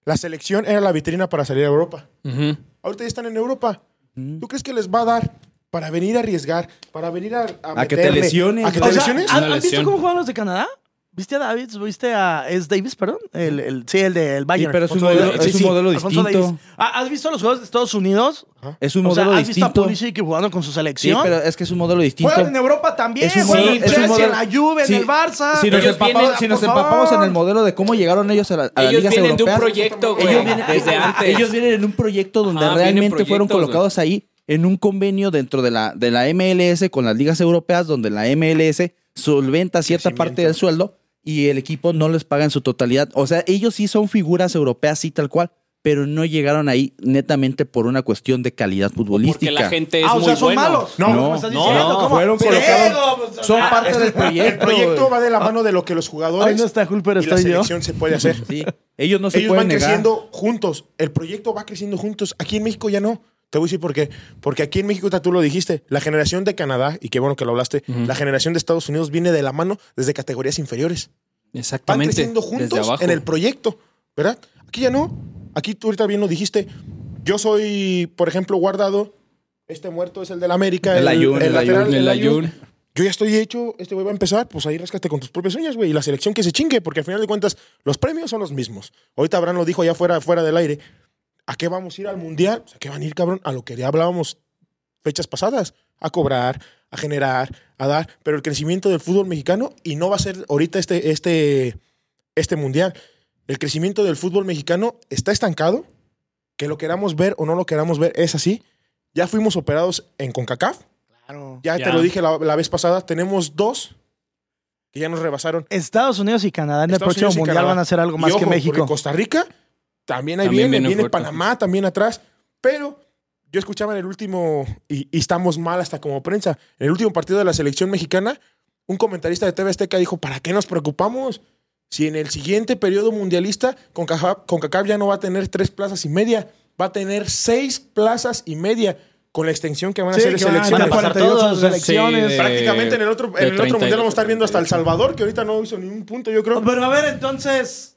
Speaker 3: La selección era la vitrina para salir a Europa.
Speaker 5: Ujú.
Speaker 3: Ahorita ya están en Europa. ¿Tú crees que les va a dar para venir a arriesgar, para venir a, a,
Speaker 6: A que te
Speaker 3: meterle,
Speaker 6: lesiones,
Speaker 3: ¿A que
Speaker 6: güey.
Speaker 3: te
Speaker 1: O sea,
Speaker 3: lesiones?
Speaker 1: ¿han,
Speaker 5: Una
Speaker 1: han visto
Speaker 5: lesión.
Speaker 1: cómo juegan los de Canadá? ¿Viste a Davis? ¿Viste a. Es Davis, perdón? El, el- sí, el del Bayern.
Speaker 6: Sí, pero es un
Speaker 1: Alfonso
Speaker 6: modelo-
Speaker 1: Davis.
Speaker 6: es un modelo
Speaker 1: Alfonso
Speaker 6: distinto.
Speaker 1: Davis. Ah, ¿Has visto los juegos de Estados Unidos?
Speaker 6: Es un
Speaker 1: o sea,
Speaker 6: modelo
Speaker 1: ¿has visto a
Speaker 6: distinto.
Speaker 1: Pulisic jugando con su
Speaker 6: Sí,
Speaker 1: selección?
Speaker 6: pero es que es un modelo distinto.
Speaker 1: Juegan en Europa también.
Speaker 6: Es un
Speaker 1: juegan en
Speaker 6: modelo- es un
Speaker 1: Chelsea, en
Speaker 6: modelo-
Speaker 1: la Juve,
Speaker 6: Sí,
Speaker 1: en el Barça.
Speaker 6: Si nos,
Speaker 5: Ellos
Speaker 6: empapamos,
Speaker 5: vienen-
Speaker 6: si nos
Speaker 1: por
Speaker 6: empapamos en
Speaker 1: favor.
Speaker 6: el modelo de cómo llegaron ellos a, la, a las
Speaker 5: Ellos
Speaker 6: ligas
Speaker 5: vienen
Speaker 6: europeas,
Speaker 5: de un proyecto, güey.
Speaker 6: ellos vienen-
Speaker 5: Desde antes.
Speaker 6: (laughs) Ellos vienen en un proyecto donde
Speaker 5: Ajá, vienen
Speaker 6: realmente fueron
Speaker 5: proyectos, güey.
Speaker 6: colocados ahí en un convenio dentro de la, de la MLS con las ligas europeas, donde la MLS solventa cierta parte del sueldo y el equipo no les paga en su totalidad. O sea, ellos sí son figuras europeas, sí, tal cual, pero no llegaron ahí netamente por una cuestión de calidad futbolística.
Speaker 5: Porque la
Speaker 6: (laughs)
Speaker 5: gente es
Speaker 1: ah, o
Speaker 5: muy
Speaker 1: sea, son
Speaker 5: bueno.
Speaker 1: malos.
Speaker 3: No,
Speaker 1: ¿Cómo estás
Speaker 5: no,
Speaker 1: diciendo? ¿Cómo?
Speaker 6: fueron
Speaker 1: Pero,
Speaker 6: colocados-
Speaker 1: pues,
Speaker 6: Son
Speaker 1: ah,
Speaker 6: parte del proyecto.
Speaker 3: El proyecto
Speaker 6: güey.
Speaker 3: va de la mano de lo que los jugadores
Speaker 1: Hoy Ah, no está Jul, pero
Speaker 3: y la
Speaker 1: estoy yo.
Speaker 3: selección se puede hacer.
Speaker 6: Sí, ellos no se
Speaker 3: Ellos
Speaker 6: pueden
Speaker 3: van
Speaker 6: negar.
Speaker 3: creciendo juntos. El proyecto va creciendo juntos. Aquí en México ya no. Te voy a decir por qué. Porque aquí en México, tú lo dijiste, la generación de Canadá, y qué bueno que lo hablaste, la generación de Estados Unidos viene de la mano desde categorías inferiores. Van
Speaker 5: Exactamente.
Speaker 3: creciendo
Speaker 5: desde
Speaker 3: juntos
Speaker 5: abajo.
Speaker 3: en el proyecto, ¿verdad? Aquí ya no. Aquí tú ahorita bien lo dijiste. Yo soy, por ejemplo, guardado. Este muerto es el del América.
Speaker 6: El Ayun, el
Speaker 3: lateral,
Speaker 6: Ayun,
Speaker 5: el
Speaker 3: Ayun
Speaker 5: Ayun.
Speaker 3: yo ya estoy hecho, este güey va a empezar, pues ahí rascate con tus propias uñas, güey, y la selección que se chingue, porque al final de cuentas los premios son los mismos. Ahorita Abraham lo dijo allá fuera, fuera del aire. ¿A qué vamos a ir al mundial? Pues, ¿A qué van a ir, cabrón? A lo que ya hablábamos fechas pasadas, a cobrar, a generar, a dar, pero el crecimiento del fútbol mexicano, y no va a ser ahorita este, este, este mundial, el crecimiento del fútbol mexicano está estancado, que lo queramos ver o no lo queramos ver, es así. Ya fuimos operados en CONCACAF,
Speaker 1: Claro.
Speaker 3: ya,
Speaker 5: Ya.
Speaker 3: te lo dije la, la vez pasada, tenemos dos que ya nos rebasaron.
Speaker 1: Estados Unidos y Canadá en el
Speaker 3: Estados
Speaker 1: próximo
Speaker 3: Unidos y
Speaker 1: mundial
Speaker 3: Canadá.
Speaker 1: van a hacer algo
Speaker 3: Y
Speaker 1: más
Speaker 3: ojo,
Speaker 1: que
Speaker 3: porque
Speaker 1: México.
Speaker 3: Costa Rica también ahí
Speaker 5: También
Speaker 3: viene,
Speaker 5: viene
Speaker 3: viene
Speaker 5: fuerte.
Speaker 3: Panamá también atrás, pero yo escuchaba en el último, y, y estamos mal hasta como prensa, en el último partido de la selección mexicana, un comentarista de TV Azteca dijo, ¿para qué nos preocupamos? Si en el siguiente periodo mundialista, Concacaf Concacaf ya no va a tener tres plazas y media, va a tener seis plazas y media con la extensión que van a
Speaker 1: Sí,
Speaker 3: hacer de
Speaker 1: que van a
Speaker 3: selecciones.
Speaker 1: pasar todas las selecciones.
Speaker 6: Eh,
Speaker 5: Sí, de-
Speaker 3: Prácticamente en el otro,
Speaker 5: de
Speaker 3: en el
Speaker 5: 30
Speaker 3: otro
Speaker 5: y
Speaker 3: mundial vamos a estar viendo hasta El
Speaker 5: 32.
Speaker 3: Salvador, que ahorita no hizo ni un punto, yo creo.
Speaker 1: Oh, Pero a ver, entonces,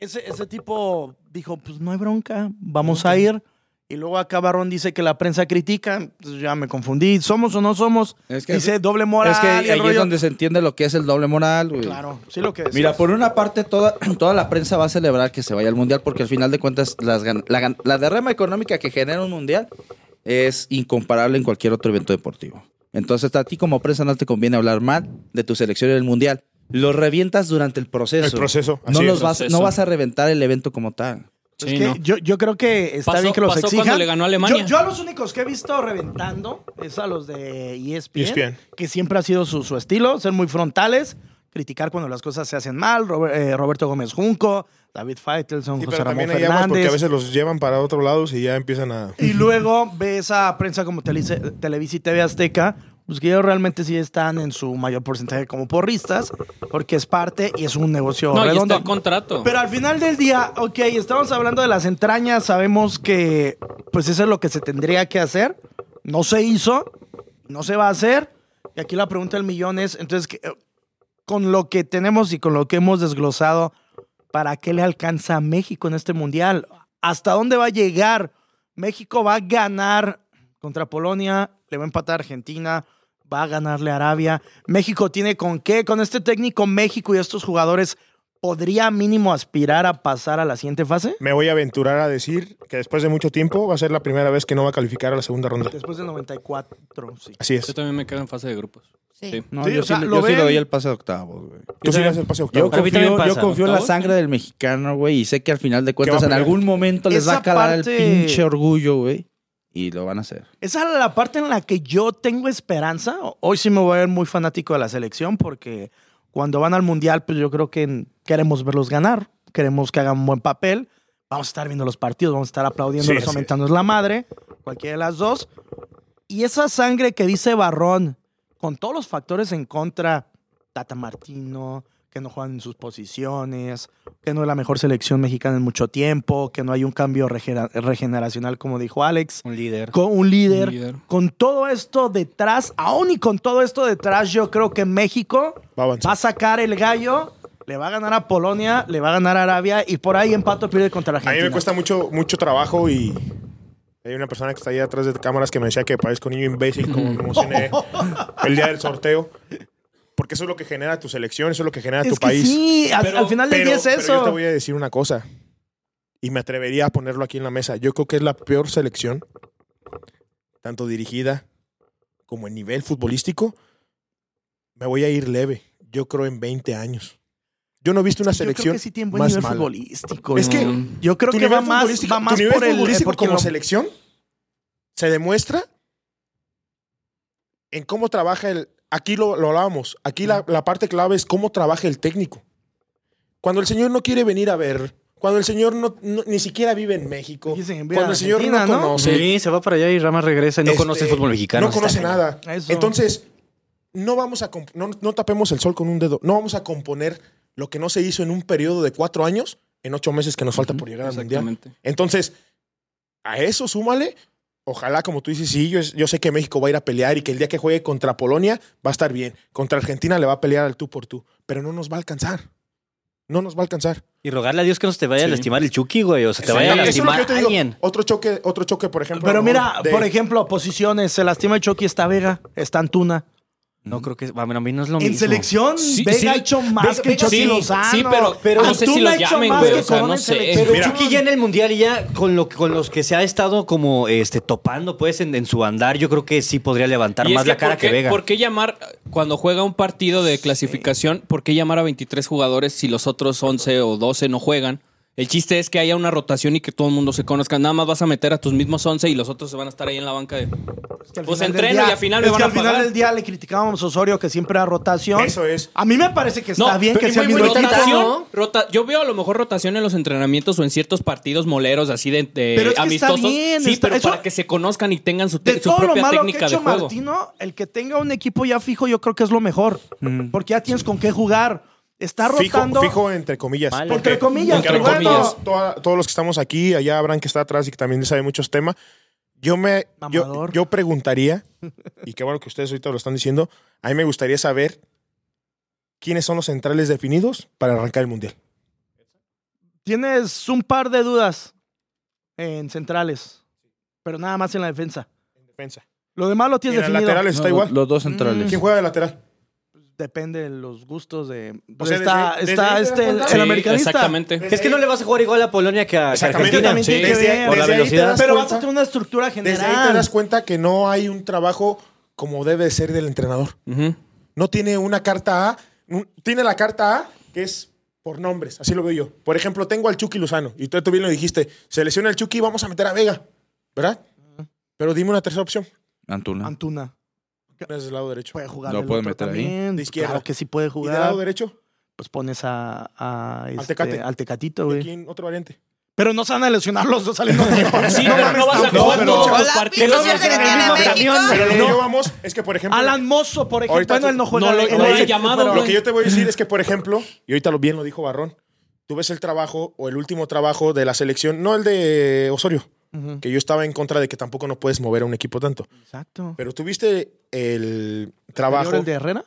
Speaker 1: ese, ese tipo dijo, pues no hay bronca, vamos a ir. Y luego acá Barrón dice que la prensa critica. Pues ya me confundí. ¿Somos o no somos?
Speaker 6: Es que-
Speaker 1: dice doble moral.
Speaker 6: es que ahí
Speaker 1: y el
Speaker 6: es
Speaker 1: rollo-
Speaker 6: donde se entiende lo que es el doble moral, güey.
Speaker 1: Claro, sí lo que es.
Speaker 6: Mira, pues, por una parte, toda, (clears throat) toda la prensa va a celebrar que se vaya al mundial porque al final de cuentas las gan- la, gan- la derrama económica que genera un mundial es incomparable en cualquier otro evento deportivo. Entonces, a ti como prensa no te conviene hablar mal de tu selección en el mundial. Los revientas durante el proceso.
Speaker 3: El proceso, así
Speaker 6: No,
Speaker 3: es.
Speaker 6: los vas,
Speaker 5: Proceso.
Speaker 6: no vas a reventar el evento como tal.
Speaker 1: Es
Speaker 5: Sí,
Speaker 1: que
Speaker 5: no.
Speaker 1: yo, yo creo que está
Speaker 5: Pasó-
Speaker 1: bien que los
Speaker 5: pasó
Speaker 1: exijan.
Speaker 5: cuando le ganó a Alemania.
Speaker 1: Yo, yo a los únicos que he visto reventando es a los de E ESPN,
Speaker 3: ESPN.
Speaker 1: que siempre ha sido su, su estilo, ser muy frontales, criticar cuando las cosas se hacen mal. Robert- eh, Roberto Gómez Junco, David Faitelson,
Speaker 3: Sí,
Speaker 1: José
Speaker 3: pero
Speaker 1: Ramón
Speaker 3: también hay aguas porque a
Speaker 1: Fernández.
Speaker 3: veces los llevan para otros lados y ya empiezan a...
Speaker 1: Y luego ves a prensa como Telice- Televisa y TV Azteca, pues que ellos realmente sí están en su mayor porcentaje como porristas, porque es parte y es un negocio
Speaker 5: No, y
Speaker 1: redondo.
Speaker 5: está el contrato.
Speaker 1: Pero al final del día, ok, estamos hablando de las entrañas, sabemos que pues eso es lo que se tendría que hacer, no se hizo, no se va a hacer, y aquí la pregunta del millón es, entonces, ¿qué- con lo que tenemos y con lo que hemos desglosado, ¿para qué le alcanza a México en este mundial? ¿Hasta dónde va a llegar? México va a ganar contra Polonia, le va a empatar Argentina, va a ganarle a Arabia. México tiene con qué, con este técnico México y estos jugadores, ¿podría mínimo aspirar a pasar a la siguiente fase?
Speaker 3: Me voy a aventurar a decir que después de mucho tiempo va a ser la primera vez que no va a calificar a la segunda ronda.
Speaker 1: Después del 94, sí.
Speaker 3: Así
Speaker 5: Yo
Speaker 3: es.
Speaker 5: también me quedo en fase de grupos.
Speaker 4: Sí.
Speaker 5: Sí.
Speaker 6: No,
Speaker 1: Sí,
Speaker 6: yo,
Speaker 1: o sea,
Speaker 6: sí, le-
Speaker 1: lo
Speaker 6: yo sí le
Speaker 1: ven-
Speaker 6: doy el pase de octavos, güey.
Speaker 3: Tú sí le haces pase
Speaker 6: Yo
Speaker 3: octavo.
Speaker 2: Para mí también
Speaker 6: confío, yo
Speaker 2: pasa.
Speaker 6: confío en la
Speaker 5: Octavos,
Speaker 6: sangre del mexicano, güey, y sé que al final de
Speaker 3: va
Speaker 6: cuentas
Speaker 3: a
Speaker 6: en
Speaker 3: pelear.
Speaker 6: algún momento les va
Speaker 1: Esa
Speaker 6: a calar
Speaker 1: parte-
Speaker 6: el pinche orgullo, güey, y lo van a hacer.
Speaker 1: Esa es la parte en la que yo tengo esperanza. Hoy sí me voy a ver muy fanático de la selección porque cuando van al mundial, pues yo creo que queremos verlos ganar, queremos que hagan un buen papel. Vamos a estar viendo los partidos, vamos a estar aplaudiéndolos,
Speaker 3: Sí, sí.
Speaker 1: aumentándonos la madre, cualquiera de las dos. Y esa sangre que dice Barrón, con todos los factores en contra, Tata Martino, que no juegan en sus posiciones, que no es la mejor selección mexicana en mucho tiempo, que no hay un cambio regera- regeneracional, como dijo Alex
Speaker 2: Un líder.
Speaker 1: con un líder.
Speaker 5: Un líder.
Speaker 1: Con todo esto detrás, aún y con todo esto detrás, yo creo que México
Speaker 3: Va a avanzar.
Speaker 1: va a sacar el gallo, le va a ganar a Polonia, le va a ganar a Arabia y por ahí empato pierde contra
Speaker 3: A
Speaker 1: Argentina.
Speaker 3: mí me cuesta mucho, mucho trabajo y hay una persona que está ahí atrás de cámaras que me decía que parezco un niño imbécil como me
Speaker 1: (laughs)
Speaker 3: emocioné el día del sorteo. Porque eso es lo que genera tu selección, eso es lo que genera tu
Speaker 1: es que
Speaker 3: país.
Speaker 1: sí, al, al final del día es
Speaker 3: pero yo te
Speaker 1: eso.
Speaker 3: voy a decir una cosa y me atrevería a ponerlo aquí en la mesa. Yo creo que es la peor selección, tanto dirigida como en nivel futbolístico. Me voy a ir leve. Yo creo en 20 años. Yo no he visto una
Speaker 1: Yo creo
Speaker 3: selección
Speaker 1: que sí tiene buen
Speaker 3: más
Speaker 1: nivel
Speaker 3: mala.
Speaker 1: futbolístico.
Speaker 3: Es que
Speaker 1: ¿no? yo creo
Speaker 3: tu
Speaker 1: que
Speaker 3: nivel
Speaker 1: va más,
Speaker 3: futbolístico-
Speaker 1: va
Speaker 3: tu
Speaker 1: más
Speaker 3: nivel
Speaker 1: por el eh,
Speaker 3: futbolístico
Speaker 1: porque
Speaker 3: como
Speaker 1: lo-
Speaker 3: selección se demuestra en cómo trabaja el. Aquí lo, lo hablábamos. Aquí la, la parte clave es cómo trabaja el técnico. Cuando el señor no quiere venir a ver, cuando el señor no, no- ni siquiera vive en México,
Speaker 1: Dicen, "Ve a
Speaker 3: cuando el señor no
Speaker 1: Argentina, ¿no?"
Speaker 3: conoce,
Speaker 2: Sí, se va para allá y Rama regresa y no
Speaker 3: Este,
Speaker 2: conoce el fútbol mexicano.
Speaker 3: no conoce
Speaker 2: Está-
Speaker 3: nada.
Speaker 1: Eso.
Speaker 3: Entonces, no vamos a comp- no, no tapemos el sol con un dedo. No vamos a componer lo que no se hizo en un periodo de cuatro años, en ocho meses que nos falta por llegar al mundial.
Speaker 5: Exactamente.
Speaker 3: Entonces, a eso súmale. Ojalá, como tú dices, sí, yo, yo sé que México va a ir a pelear y que el día que juegue contra Polonia va a estar bien. Contra Argentina le va a pelear al tú por tú, pero no nos va a alcanzar. No nos va a alcanzar.
Speaker 2: Y rogarle a Dios que no se te vaya a
Speaker 5: Sí.
Speaker 2: lastimar el Chucky, güey. O sea, te
Speaker 5: Sí.
Speaker 2: vaya a
Speaker 5: Eso es lo
Speaker 2: lastimar
Speaker 3: yo te digo.
Speaker 2: alguien.
Speaker 3: Otro choque, otro choque, por ejemplo.
Speaker 1: Pero mira,
Speaker 3: de-
Speaker 1: por ejemplo, posiciones. Se lastima Chucky, está Vega, está Antuna.
Speaker 2: No creo que. A mí, a mí no es lo mismo.
Speaker 1: En selección,
Speaker 5: Sí,
Speaker 1: Vega
Speaker 5: sí.
Speaker 1: ha hecho más
Speaker 5: Vega-
Speaker 1: que Chucky
Speaker 5: sí,
Speaker 1: Lozano.
Speaker 5: sí, pero- pero no sé si
Speaker 1: Antuna
Speaker 5: lo
Speaker 1: ha hecho
Speaker 5: llamen,
Speaker 1: más
Speaker 5: güey,
Speaker 1: que
Speaker 5: o sea,
Speaker 1: Corona
Speaker 5: no
Speaker 1: en
Speaker 5: sé.
Speaker 1: selección.
Speaker 2: Pero
Speaker 3: Mira.
Speaker 2: Chucky ya en el mundial y ya con, lo, con los que se ha estado como este topando, pues, en, en su andar, yo creo que sí podría levantar
Speaker 5: Y es
Speaker 2: más la cara
Speaker 5: ¿por qué-
Speaker 2: que Vega.
Speaker 5: ¿Por qué llamar, cuando juega un partido de clasificación, por qué llamar a 23 jugadores si los otros 11 o 12 no juegan? El chiste es que haya una rotación y que todo el mundo se conozca. Nada más vas a meter a tus mismos 11 y los otros se van a estar ahí en la banca de...
Speaker 1: que al
Speaker 5: Pues
Speaker 1: final del
Speaker 5: entreno
Speaker 1: día-
Speaker 5: y al final
Speaker 1: es
Speaker 5: me van
Speaker 1: que
Speaker 5: a
Speaker 1: al final
Speaker 5: pagar.
Speaker 1: del día le criticábamos a Osorio que siempre era rotación.
Speaker 3: Eso es.
Speaker 1: A mí me parece que está
Speaker 5: No,
Speaker 1: bien
Speaker 5: pero
Speaker 1: que sea el
Speaker 5: muy
Speaker 1: mismo
Speaker 5: rotación,
Speaker 1: equipo.
Speaker 2: ¿no?
Speaker 5: rota- yo veo a lo mejor rotación en los entrenamientos o en ciertos partidos moleros así de, de
Speaker 1: Pero es que está
Speaker 5: amistosos.
Speaker 1: bien,
Speaker 5: sí,
Speaker 1: está-
Speaker 5: pero
Speaker 1: eso-
Speaker 5: para que se conozcan y tengan su, te-
Speaker 1: De
Speaker 5: su
Speaker 1: todo lo
Speaker 5: propia
Speaker 1: malo que ha
Speaker 5: técnica de
Speaker 1: hecho
Speaker 5: juego.
Speaker 1: Martino, el que tenga un equipo ya fijo, yo creo que es lo mejor. Porque ya tienes con qué jugar. Está rotando.
Speaker 3: Fijo, fijo entre comillas.
Speaker 2: Mal.
Speaker 1: Entre comillas,
Speaker 3: porque a lo
Speaker 5: entre
Speaker 3: mejor
Speaker 5: comillas.
Speaker 3: todos- toda- todos los que estamos aquí, allá Abraham que está atrás y que también sabe muchos temas. Yo me yo,
Speaker 1: Mamador.
Speaker 3: yo preguntaría, y qué bueno que ustedes ahorita lo están diciendo, a mí me gustaría saber quiénes son los centrales definidos para arrancar el Mundial.
Speaker 1: Tienes un par de dudas en centrales. pero nada más en la defensa.
Speaker 3: en defensa.
Speaker 1: Lo demás lo
Speaker 3: Y en
Speaker 1: tienes definido.
Speaker 3: laterales está
Speaker 6: No,
Speaker 3: igual. Mm.
Speaker 6: Los dos centrales.
Speaker 3: ¿Quién juega de lateral?
Speaker 1: Depende de los gustos de. pues,
Speaker 3: O sea,
Speaker 1: está
Speaker 3: desde-
Speaker 1: está
Speaker 3: desde ahí te das
Speaker 1: este,
Speaker 3: cuenta.
Speaker 1: el
Speaker 5: Sí,
Speaker 1: americanista.
Speaker 5: Exactamente.
Speaker 2: Es que no le vas a jugar igual a Polonia que a, que a
Speaker 3: Exactamente.
Speaker 2: Argentina.
Speaker 1: Exactamente,
Speaker 5: Sí.
Speaker 1: hay que
Speaker 5: Desde-
Speaker 1: ver.
Speaker 2: por la
Speaker 3: desde ahí te
Speaker 2: velocidad.
Speaker 3: das
Speaker 1: Pero vas
Speaker 3: cuenta-
Speaker 1: a tener una estructura
Speaker 3: Desde ahí te
Speaker 1: general.
Speaker 3: das cuenta que no hay un trabajo como debe ser del entrenador.
Speaker 5: Ujú.
Speaker 3: No tiene una carta A. un- Tiene la carta A que es por nombres, así lo veo yo. Por ejemplo, tengo al Chucky Luzano y tú, tú bien lo dijiste. Se lesiona el Chucky, vamos a meter a Vega, ¿verdad? Pero dime una tercera opción.
Speaker 6: Antuna.
Speaker 1: Antuna
Speaker 3: Es del lado derecho.
Speaker 1: puede jugar.
Speaker 6: Lo
Speaker 1: del
Speaker 6: puede
Speaker 1: otro
Speaker 6: meter ahí.
Speaker 1: también.
Speaker 3: De izquierda.
Speaker 1: Claro que sí puede
Speaker 3: ¿Y del lado
Speaker 1: Pues, jugar.
Speaker 3: derecho?
Speaker 1: Pues pones a, a este,
Speaker 3: Tecate.
Speaker 1: al Tecatito,
Speaker 3: ¿De
Speaker 1: güey.
Speaker 3: quién? Otro variante.
Speaker 1: Pero no se van a lesionar los dos saliendo de
Speaker 5: Sí, no, no vas a jugar
Speaker 3: pero-
Speaker 5: todos los
Speaker 4: Hola,
Speaker 5: partidos.
Speaker 4: pinche
Speaker 2: no,
Speaker 4: que
Speaker 2: no,
Speaker 4: tiene
Speaker 2: no,
Speaker 4: México.
Speaker 2: camión,
Speaker 3: Pero lo que yo vamos es que, por ejemplo...
Speaker 1: Alan Mozo, por ejemplo.
Speaker 3: Ahorita
Speaker 1: Bueno,
Speaker 3: tú-
Speaker 1: él no juega.
Speaker 5: no lo-
Speaker 1: él
Speaker 5: no
Speaker 1: es
Speaker 5: lo he llamado,
Speaker 1: pero-
Speaker 3: Lo que yo te voy a decir es que, por ejemplo, y ahorita lo bien lo dijo Barrón, tú ves el trabajo o el último trabajo de la selección, no el de Osorio,
Speaker 1: Ujú.
Speaker 3: que yo estaba en contra de que tampoco no puedes mover a un equipo tanto.
Speaker 1: Exacto.
Speaker 3: Pero tuviste el
Speaker 1: ¿Anterior
Speaker 3: trabajo,
Speaker 1: el de Herrera?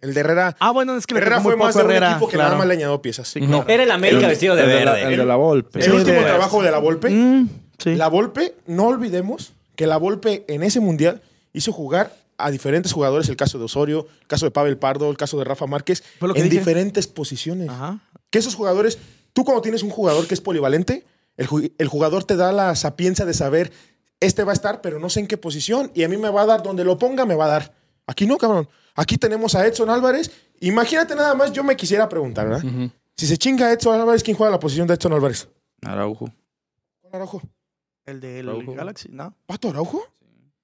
Speaker 3: Herrera.
Speaker 1: Ah, bueno, es que le
Speaker 3: Herrera
Speaker 1: tocó
Speaker 3: fue
Speaker 1: muy
Speaker 3: más
Speaker 1: poco
Speaker 3: de un
Speaker 1: Herrera,
Speaker 3: equipo que
Speaker 1: claro.
Speaker 3: nada más le añadió piezas.
Speaker 5: No.
Speaker 2: Era el América
Speaker 6: El-
Speaker 2: vestido de
Speaker 6: el
Speaker 2: verde.
Speaker 6: la- el de la Volpe.
Speaker 3: El
Speaker 1: Sí,
Speaker 3: último
Speaker 1: de-
Speaker 3: trabajo de la Volpe.
Speaker 1: Mm, sí.
Speaker 3: ¿eh? La Volpe, no olvidemos que la Volpe en ese mundial hizo jugar a diferentes jugadores, el caso de Osorio, el caso de Pavel Pardo, el caso de Rafa Márquez,
Speaker 1: Fue lo que
Speaker 3: en
Speaker 1: dije.
Speaker 3: diferentes posiciones.
Speaker 1: Ajá.
Speaker 3: Que esos jugadores, tú cuando tienes un jugador que es polivalente, el, ju- el jugador te da la sapiencia de saber, este va a estar, pero no sé en qué posición, y a mí me va a dar, donde lo ponga me va a dar. Aquí no, cabrón. Aquí tenemos a Edson Álvarez. Imagínate nada más, yo me quisiera preguntar, ¿verdad? Si se chinga Edson Álvarez, ¿quién juega la posición de Edson Álvarez?
Speaker 6: Araujo.
Speaker 3: Araujo.
Speaker 1: El del
Speaker 6: Araujo.
Speaker 1: Galaxy, ¿no.
Speaker 3: ¿Pato Araujo?